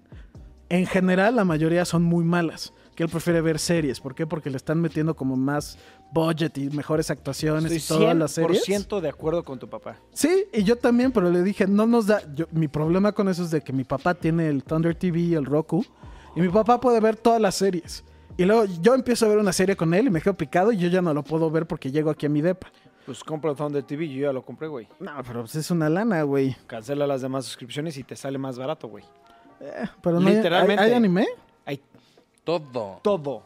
Speaker 4: en general la mayoría son muy malas que él prefiere ver series ¿por qué? porque le están metiendo como más budget y mejores actuaciones
Speaker 1: Estoy
Speaker 4: y todas las series
Speaker 1: 100% de acuerdo con tu papá.
Speaker 4: sí y yo también pero le dije no nos da yo- mi problema con eso es de que mi papá tiene el Thunder TV y el Roku y mi papá puede ver todas las series y luego yo empiezo a ver una serie con él y me quedo picado y yo ya no lo puedo ver porque llego aquí a mi depa
Speaker 1: Pues compra Thunder TV, yo ya lo compré, güey.
Speaker 4: no pero pues es una lana güey
Speaker 1: Cancela las demás suscripciones y te sale más barato, güey.
Speaker 4: Eh, pero no hay-
Speaker 1: Literalmente.
Speaker 4: ¿hay- hay anime
Speaker 1: Hay
Speaker 3: Todo.
Speaker 1: todo.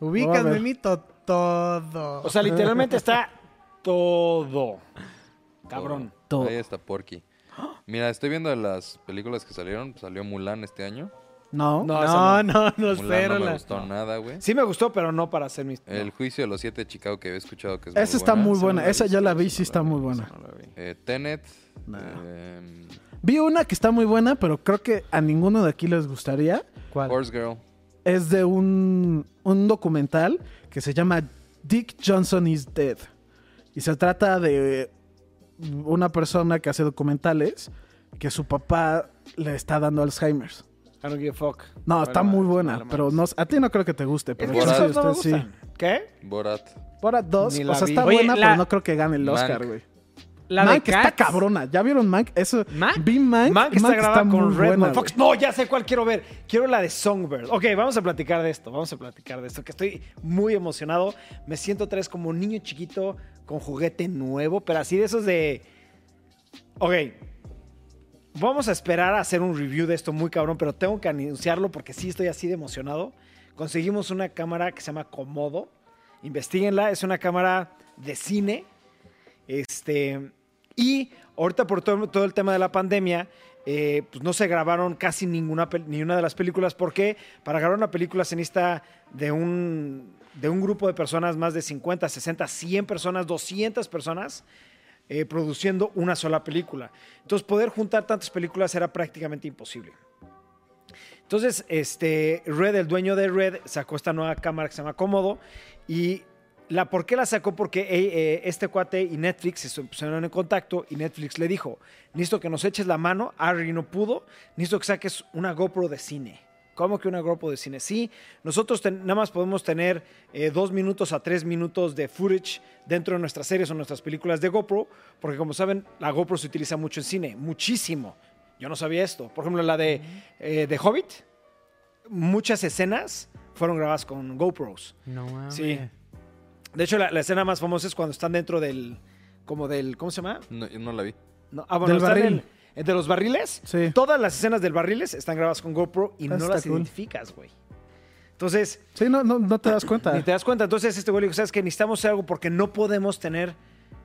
Speaker 2: Ubicas,
Speaker 4: Órale.
Speaker 2: Memito, todo.
Speaker 1: O sea, literalmente está todo. Cabrón.
Speaker 4: Todo.
Speaker 3: Ahí está Porky. Mira, estoy viendo las películas que salieron. Salió Mulan este año.
Speaker 4: No.
Speaker 1: No,
Speaker 2: no,
Speaker 1: esa
Speaker 2: no, no,
Speaker 3: Mulan
Speaker 2: cero.
Speaker 3: no me
Speaker 2: la-
Speaker 3: gustó nada, güey.
Speaker 1: Sí me gustó, pero no para hacer mis...
Speaker 3: El juicio de los siete de Chicago que había escuchado que es
Speaker 4: Esa
Speaker 3: muy
Speaker 4: está muy
Speaker 3: buena.
Speaker 4: buena.
Speaker 1: no la he
Speaker 4: Esa ya la vi,
Speaker 1: esa
Speaker 4: sí está
Speaker 1: no la
Speaker 4: muy
Speaker 1: vi,
Speaker 4: buena.
Speaker 1: esa no la vi.
Speaker 3: Eh, Tenet.
Speaker 4: Nah.
Speaker 3: eh,
Speaker 4: Vi una que está muy buena, pero creo que a ninguno de aquí les gustaría.
Speaker 2: ¿Cuál?
Speaker 3: Horse Girl.
Speaker 4: Es de un, un documental que se llama Dick Johnson is Dead. Y se trata de una persona que hace documentales que su papá le está dando Alzheimer's.
Speaker 1: I don't give a fuck.
Speaker 4: No,
Speaker 1: Vale
Speaker 4: está
Speaker 1: madres,
Speaker 4: muy buena,
Speaker 1: vale
Speaker 4: pero
Speaker 1: madres.
Speaker 4: no, a ti no creo que te guste.
Speaker 1: Es
Speaker 4: Pero
Speaker 1: que
Speaker 3: Por
Speaker 1: esas
Speaker 3: ahí
Speaker 4: sí,
Speaker 1: no me
Speaker 4: usted sí.
Speaker 1: gustan. ¿Qué?
Speaker 3: Borat.
Speaker 4: Borat 2,
Speaker 1: Ni
Speaker 4: o
Speaker 1: la
Speaker 4: sea,
Speaker 1: vi.
Speaker 4: está
Speaker 2: Oye,
Speaker 4: buena,
Speaker 2: la-
Speaker 4: pero no creo que gane el Oscar,
Speaker 3: Mank.
Speaker 4: güey.
Speaker 2: La de
Speaker 4: Mank está
Speaker 2: Cats.
Speaker 4: cabrona. ¿Ya vieron Mank? Eso,
Speaker 2: ¿Mank?
Speaker 4: Vi Mank.
Speaker 1: Man que está
Speaker 4: Mank
Speaker 1: grabada
Speaker 4: muy
Speaker 1: con Redman
Speaker 4: buena,
Speaker 1: Fox.
Speaker 4: güey.
Speaker 1: No, ya sé cuál quiero ver. Quiero la de Songbird. Ok, vamos a platicar de esto. Vamos a platicar de esto. Que estoy muy emocionado. Me siento otra vez como niño chiquito con juguete nuevo, pero así de esos de. Ok. Vamos a esperar a hacer un review de esto muy cabrón, pero tengo que anunciarlo porque sí estoy así de emocionado. Conseguimos una cámara que se llama Comodo. Investíguenla. Es una cámara de cine. Este, y ahorita por todo, todo el tema de la pandemia, eh, pues no se grabaron casi ninguna pel- ni una de las películas porque para grabar una película se necesita de un, de un grupo de personas, más de 50, 60, 100 personas, 200 personas eh, produciendo una sola película. Entonces poder juntar tantas películas era prácticamente imposible. Entonces, este, Red, el dueño de Red, sacó esta nueva cámara que se llama Cómodo. Y la, ¿por qué la sacó? Porque eh, eh, este cuate y Netflix se pusieron en contacto y Netflix le dijo, listo que nos eches la mano, Harry no pudo, listo que saques una GoPro de cine. ¿Cómo que una GoPro de cine? Sí, nosotros ten- nada más podemos tener eh, dos minutos a tres minutos de footage dentro de nuestras series o nuestras películas de GoPro, porque como saben, la GoPro se utiliza mucho en cine, muchísimo. Yo no sabía esto. Por ejemplo, la de eh, The Hobbit, muchas escenas fueron grabadas con GoPros.
Speaker 2: No mames.
Speaker 1: Sí. De hecho, la, la escena más famosa es cuando están dentro del. como del. ¿Cómo se llama?
Speaker 3: No, yo no la vi.
Speaker 1: No, ah, bueno,
Speaker 4: Del
Speaker 1: están
Speaker 4: barril.
Speaker 1: en- de los barriles.
Speaker 4: Sí. Ah,
Speaker 1: Todas las escenas del barriles están grabadas con GoPro y
Speaker 4: Está
Speaker 1: no las
Speaker 4: cool.
Speaker 1: identificas, güey. Entonces,
Speaker 4: Sí, no, no, no te das cuenta.
Speaker 1: ni te das cuenta. Entonces, este güey le dijo, ¿sabes qué? Necesitamos hacer algo porque no podemos tener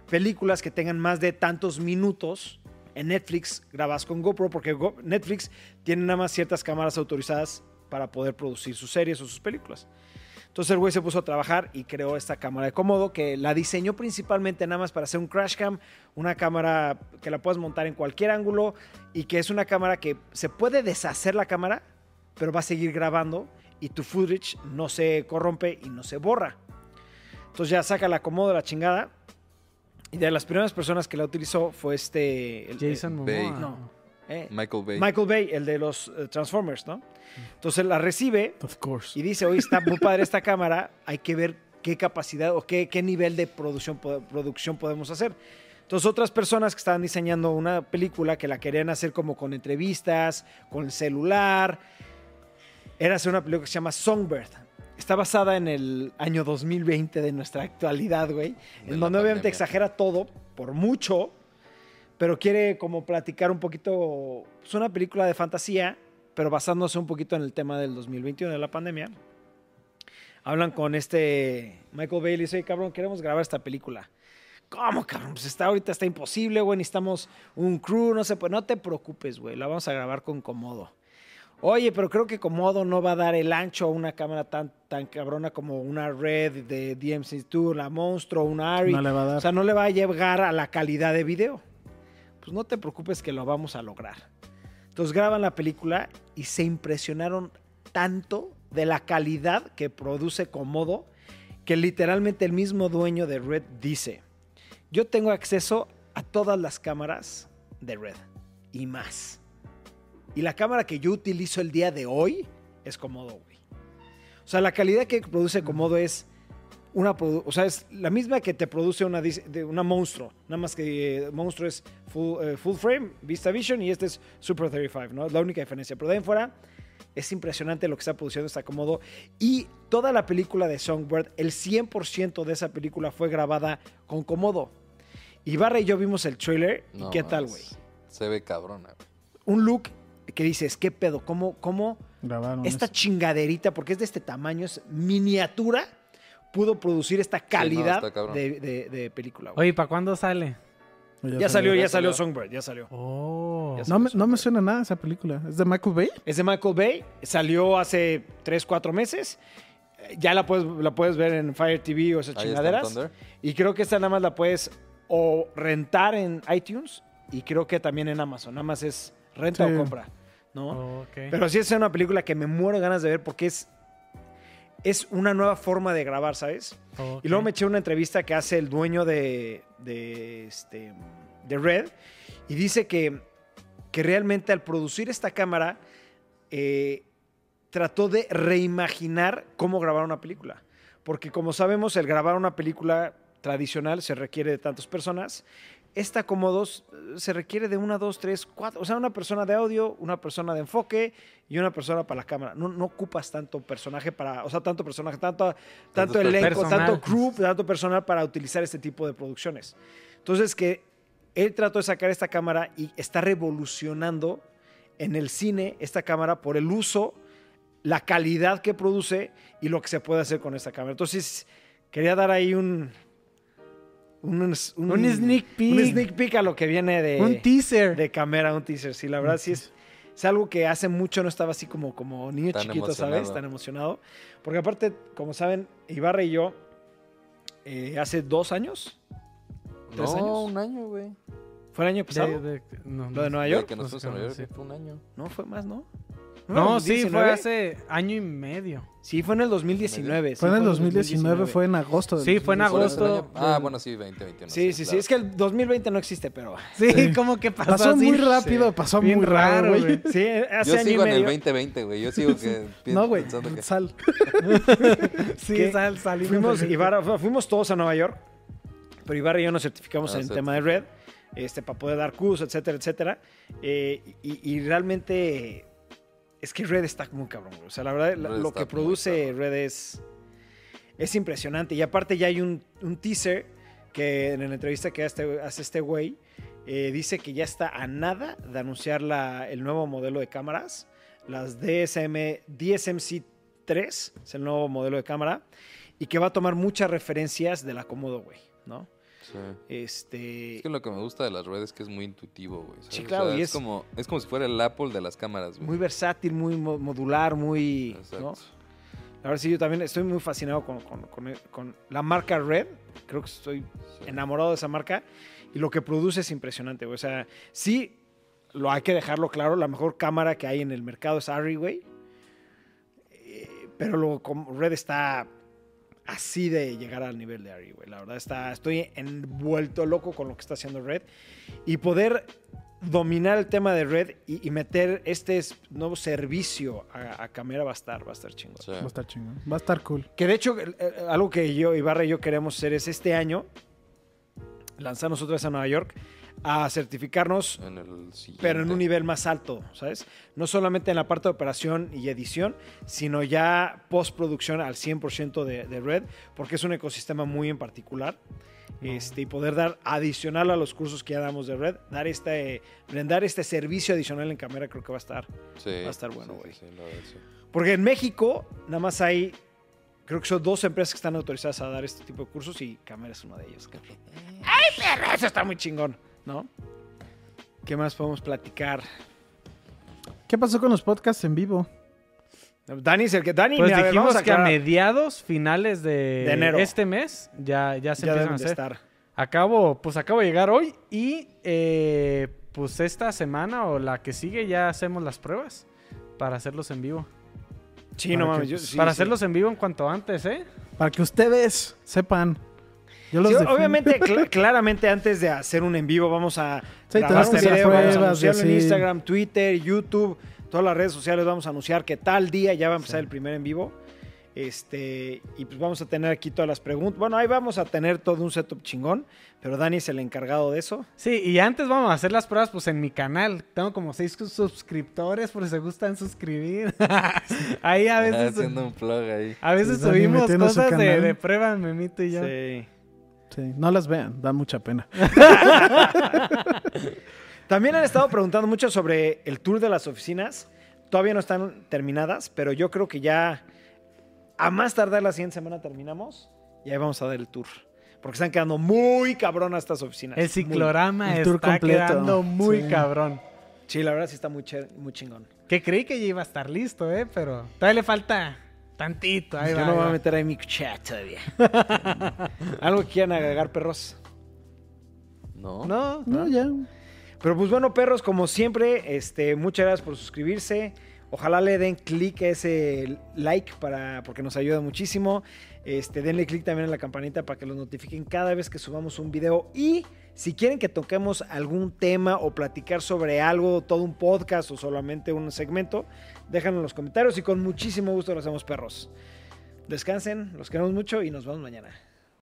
Speaker 1: películas que tengan más de tantos minutos en Netflix grabadas con GoPro porque Go- Netflix tiene nada más ciertas cámaras autorizadas para poder producir sus series o sus películas. Entonces el güey se puso a trabajar y creó esta cámara de cómodo que la diseñó principalmente nada más para hacer un crash cam, una cámara que la puedes montar en cualquier ángulo y que es una cámara que se puede deshacer la cámara, pero va a seguir grabando y tu footage no se corrompe y no se borra. Entonces ya saca la cómodo de la chingada. Y de las primeras personas que la utilizó fue este... el-
Speaker 2: Jason
Speaker 3: Bay.
Speaker 2: Momoa.
Speaker 1: No. eh,
Speaker 3: Michael Bay.
Speaker 1: Michael Bay, el de los eh, Transformers, ¿no? Entonces la recibe
Speaker 4: Of course.
Speaker 1: y dice, oye, está muy padre esta cámara, hay que ver qué capacidad o qué, qué nivel de producción, po- producción podemos hacer. Entonces otras personas que estaban diseñando una película que la querían hacer como con entrevistas, con el celular, era hacer una película que se llama Songbird. Está basada en el año 2020 de nuestra actualidad, güey.
Speaker 3: De
Speaker 1: En
Speaker 3: la
Speaker 1: donde obviamente
Speaker 3: pandemia.
Speaker 1: exagera todo, por mucho, pero quiere como platicar un poquito. Es una película de fantasía, pero basándose un poquito en el tema del 2021 de la pandemia. Hablan con este Michael Bay y le dice, "Oye, cabrón, queremos grabar esta película. ¿Cómo, cabrón? Pues está ahorita está imposible, güey. Necesitamos un crew, no sé, pues no te preocupes, güey. La vamos a grabar con Comodo. Oye, pero creo que Comodo no va a dar el ancho a una cámara tan, tan cabrona como una Red de DMC2, la Monstro, una Ari.
Speaker 4: No le va a dar.
Speaker 1: O sea, no le va a llegar a la calidad de video. Pues no te preocupes que lo vamos a lograr. Entonces graban la película y se impresionaron tanto de la calidad que produce Comodo que literalmente el mismo dueño de Red dice, yo tengo acceso a todas las cámaras de Red y más. Y la cámara que yo utilizo el día de hoy es Comodo, güey. O sea, la calidad que produce Comodo es una, produ- o sea, es la misma que te produce una, dis- de una monstruo. Nada más que eh, monstruo es full, eh, full frame, Vista Vision y este es Super 35, ¿no? Es la única diferencia. Pero de ahí en fuera, es impresionante lo que está produciendo está cómodo Y toda la película de Songbird, el 100% de esa película fue grabada con Comodo. Ibarra y yo vimos el trailer. ¿Y
Speaker 3: No,
Speaker 1: qué tal, güey?
Speaker 3: mames. Se ve cabrona, güey.
Speaker 1: Un look que dices, ¿qué pedo? ¿Cómo, cómo
Speaker 4: Grabaron.
Speaker 1: esta
Speaker 4: eso.
Speaker 1: chingaderita, porque es de este tamaño, es miniatura, pudo producir esta calidad
Speaker 3: está cabrón.
Speaker 1: de, de- de película? güey?
Speaker 2: Oye, ¿para cuándo sale?
Speaker 4: Oye,
Speaker 1: ya salió, ya
Speaker 3: ya
Speaker 1: salió
Speaker 3: salió.
Speaker 1: Songbird, ya salió.
Speaker 2: Oh.
Speaker 1: Ya
Speaker 4: No me, no me suena nada esa película. ¿Es de Michael Bay?
Speaker 1: Es de Michael Bay, salió hace 3, 4 meses. Eh, Ya la puedes, la puedes ver en Fire TV o esas
Speaker 3: Ahí está
Speaker 1: chingaderas.
Speaker 3: Thunder.
Speaker 1: Y creo que esta nada más la puedes o rentar en iTunes y creo que también en Amazon. Nada más es renta
Speaker 4: Sí.
Speaker 1: o compra, ¿no?
Speaker 2: Ok.
Speaker 1: Pero sí es una película que me muero de ganas de ver porque es, es una nueva forma de grabar, ¿sabes?
Speaker 2: Ok.
Speaker 1: Y luego me eché una entrevista que hace el dueño de, de, este, de Red y dice que, que realmente al producir esta cámara eh, trató de reimaginar cómo grabar una película. Porque como sabemos, el grabar una película tradicional se requiere de tantas personas. Esta como dos eh, se requiere de una, dos, tres, cuatro. O sea, una persona de audio, una persona de enfoque y una persona para la cámara. No, no ocupas tanto personaje para, o sea, tanto personaje, tanto, tanto
Speaker 3: Tanto
Speaker 1: elenco,
Speaker 2: personal.
Speaker 1: tanto crew, tanto personal para utilizar este tipo de producciones. Entonces que él trató de sacar esta cámara y está revolucionando en el cine esta cámara por el uso, la calidad que produce y lo que se puede hacer con esta cámara. Entonces, quería dar ahí un... Un,
Speaker 2: Un sneak peek.
Speaker 1: Un sneak peek a lo que viene de...
Speaker 2: Un teaser.
Speaker 1: Eh, De cámara, un teaser. Sí, la verdad sí es... Es algo que hace mucho no estaba así como, como niño
Speaker 3: Tan
Speaker 1: chiquito, ¿sabes?
Speaker 3: emocionado.
Speaker 1: Tan emocionado. Porque aparte, como saben, Ibarra y yo, eh, hace dos años,
Speaker 3: No,
Speaker 1: ¿Tres años?
Speaker 3: un año, güey.
Speaker 1: fue el año pasado,
Speaker 2: De- de- no,
Speaker 1: lo de Nueva
Speaker 3: Desde
Speaker 1: York. Pues,
Speaker 3: que
Speaker 2: No
Speaker 3: nosotros
Speaker 2: sé,
Speaker 3: en Nueva
Speaker 2: sí.
Speaker 3: York, fue un año.
Speaker 1: No, fue más, ¿no?
Speaker 2: No, sí, fue
Speaker 1: 2019.
Speaker 2: hace año y medio.
Speaker 1: Sí, fue en el 2019. sí,
Speaker 4: Fue en el 2019, fue en agosto. del
Speaker 2: Sí, fue en
Speaker 3: ¿Fue el
Speaker 4: 2019.
Speaker 2: agosto.
Speaker 3: año? Ah, bueno, sí, 2021.
Speaker 1: Sí, sí, sí. Es que el 2020 no existe, pero.
Speaker 2: Sí,
Speaker 4: Sí.
Speaker 2: como que pasó,
Speaker 4: Pasó
Speaker 2: así.
Speaker 4: muy rápido,
Speaker 2: Sí.
Speaker 4: pasó
Speaker 2: Bien
Speaker 4: muy raro,
Speaker 2: raro,
Speaker 4: güey.
Speaker 2: güey.
Speaker 1: Sí, eh, hace
Speaker 3: Yo
Speaker 1: año y
Speaker 3: sigo en el
Speaker 1: medio.
Speaker 3: 2020, güey. Yo sigo que pi-
Speaker 4: No, güey,
Speaker 3: pensando que...
Speaker 4: sal.
Speaker 2: Sí,
Speaker 1: ¿Qué?
Speaker 2: sal, salimos
Speaker 1: Fuimos,
Speaker 2: del-
Speaker 1: Ibarra- fu- fuimos todos a Nueva York, pero Ibarra y yo nos certificamos
Speaker 3: Ah,
Speaker 1: en el
Speaker 3: cierto.
Speaker 1: tema de red, este, para poder dar cursos, etcétera, etcétera. Eh, y, y realmente es que red está muy cabrón, güey. O sea, la verdad, la-
Speaker 3: Red
Speaker 1: lo
Speaker 3: está
Speaker 1: que
Speaker 3: muy
Speaker 1: produce
Speaker 3: cabrón.
Speaker 1: red es, es impresionante. Y aparte ya hay un, un teaser que en la entrevista que hace, hace este güey, eh, dice que ya está a nada de anunciar la- el nuevo modelo de cámaras, las DSM, DSMC3, es el nuevo modelo de cámara, y que va a tomar muchas referencias del acomodo, güey, ¿no?
Speaker 3: Sí.
Speaker 1: Este,
Speaker 3: Es que lo que me gusta de las redes es que es muy intuitivo, güey. ¿sabes?
Speaker 1: Sí, claro,
Speaker 3: O sea,
Speaker 1: y
Speaker 3: es,
Speaker 1: es-
Speaker 3: como, es como si fuera el Apple de las cámaras, güey.
Speaker 1: muy versátil, muy mo- modular, muy, ¿no?
Speaker 3: Exacto.
Speaker 1: La verdad, sí, yo también estoy muy fascinado con, con- con- con la marca Red. Creo que estoy enamorado de esa marca. Y lo que produce es impresionante, güey. O sea, sí, lo hay que dejarlo claro. La mejor cámara que hay en el mercado es Arri, güey. Eh, Pero luego como Red está así de llegar al nivel de Ari, güey. La verdad está, estoy envuelto loco con lo que está haciendo Red y poder dominar el tema de Red y, y meter este es- nuevo servicio a, a Camera va a estar, va a estar chingón.
Speaker 3: Sí.
Speaker 4: Va a estar chingón. Va a estar cool.
Speaker 1: Que de hecho, el- el- algo que yo, Ibarra y yo queremos hacer es este año lanzarnos otra vez a Nueva York a certificarnos
Speaker 3: En el siguiente.
Speaker 1: pero en un nivel más alto, ¿sabes? No solamente en la parte de operación y edición, sino ya postproducción al 100% de, de Red, porque es un ecosistema muy en particular. Este, y poder dar adicional a los cursos que ya damos de Red, dar este, brindar este servicio adicional en cámara creo que va a estar.
Speaker 3: Sí,
Speaker 1: va a estar
Speaker 3: sí,
Speaker 1: bueno,
Speaker 3: sí,
Speaker 1: güey.
Speaker 3: sí, la verdad, sí.
Speaker 1: Porque en México nada más hay, creo que son dos empresas que están autorizadas a dar este tipo de cursos y cámara es una de ellas. cabrón. ¡Ay, perro! Eso está muy chingón, ¿no? ¿Qué más podemos platicar?
Speaker 4: ¿Qué pasó con los podcasts en vivo?
Speaker 1: Dani es el que. Dani,
Speaker 2: Pues
Speaker 1: mira, a ver, vamos
Speaker 2: dijimos
Speaker 1: a
Speaker 2: que a
Speaker 1: aclarar.
Speaker 2: mediados, finales de,
Speaker 1: De enero.
Speaker 2: este mes, ya, ya se
Speaker 1: ya
Speaker 2: empiezan
Speaker 1: deben
Speaker 2: a
Speaker 1: de
Speaker 2: hacer.
Speaker 1: estar.
Speaker 2: Acabo, pues acabo de llegar hoy y eh, pues esta semana o la que sigue ya hacemos las pruebas para hacerlos en vivo.
Speaker 1: Sí, no
Speaker 4: Para
Speaker 1: mames.
Speaker 4: que-
Speaker 1: yo- sí,
Speaker 2: para
Speaker 1: sí.
Speaker 2: hacerlos en vivo en cuanto antes, ¿eh?
Speaker 4: Para que ustedes sepan. Yo
Speaker 1: Sí,
Speaker 4: los defiendo.
Speaker 1: obviamente, cl- claramente antes de hacer un en vivo, vamos a
Speaker 4: Sí,
Speaker 1: grabar
Speaker 4: tenemos
Speaker 1: un
Speaker 4: que hacer
Speaker 1: video, vamos a
Speaker 4: pruebas,
Speaker 1: anunciarlo en
Speaker 4: sí.
Speaker 1: Instagram, Twitter, YouTube, todas las redes sociales. Vamos a anunciar que tal día ya va a empezar el primer en vivo. Este, y pues vamos a tener aquí todas las preguntas. Bueno, ahí vamos a tener todo un setup chingón, pero Dani es el encargado de eso.
Speaker 2: Sí, y antes vamos a hacer las pruebas pues en mi canal. Tengo como seis sus- suscriptores por si se gustan suscribir. Ahí a
Speaker 3: Está
Speaker 2: veces,
Speaker 3: Ah, haciendo un plug ahí.
Speaker 2: a veces
Speaker 4: Dani
Speaker 2: subimos
Speaker 4: metiendo su
Speaker 2: cosas de,
Speaker 4: canal.
Speaker 2: de prueba, Memito y yo.
Speaker 1: Sí.
Speaker 4: Sí, no las vean, da mucha pena.
Speaker 1: También han estado preguntando mucho sobre el tour de las oficinas. Todavía no están terminadas, pero yo creo que ya a más tardar la siguiente semana terminamos y ahí vamos a dar el tour. Porque están quedando muy cabronas estas oficinas.
Speaker 2: El ciclorama
Speaker 4: el
Speaker 2: está
Speaker 4: tour completo.
Speaker 2: quedando muy
Speaker 4: Sí.
Speaker 2: cabrón.
Speaker 1: Muy- sí, la verdad sí está muy, cher- muy chingón.
Speaker 2: Que creí que ya iba a estar listo, ¿eh? Pero todavía le falta tantito. Ahí
Speaker 1: yo
Speaker 2: va,
Speaker 1: no
Speaker 2: ahí
Speaker 1: voy a
Speaker 2: va.
Speaker 1: meter ahí mi chat todavía. Algo que quieran agregar, perros.
Speaker 3: No.
Speaker 2: No,
Speaker 4: No, ya.
Speaker 1: Pero pues bueno, perros, como siempre, este, muchas gracias por suscribirse. Ojalá le den clic a ese like para, porque nos ayuda muchísimo. Este, denle clic también a la campanita para que los notifiquen cada vez que subamos un video. Y si quieren que toquemos algún tema o platicar sobre algo, todo un podcast o solamente un segmento, déjanos en los comentarios y con muchísimo gusto lo hacemos, perros. Descansen, los queremos mucho y nos vemos mañana.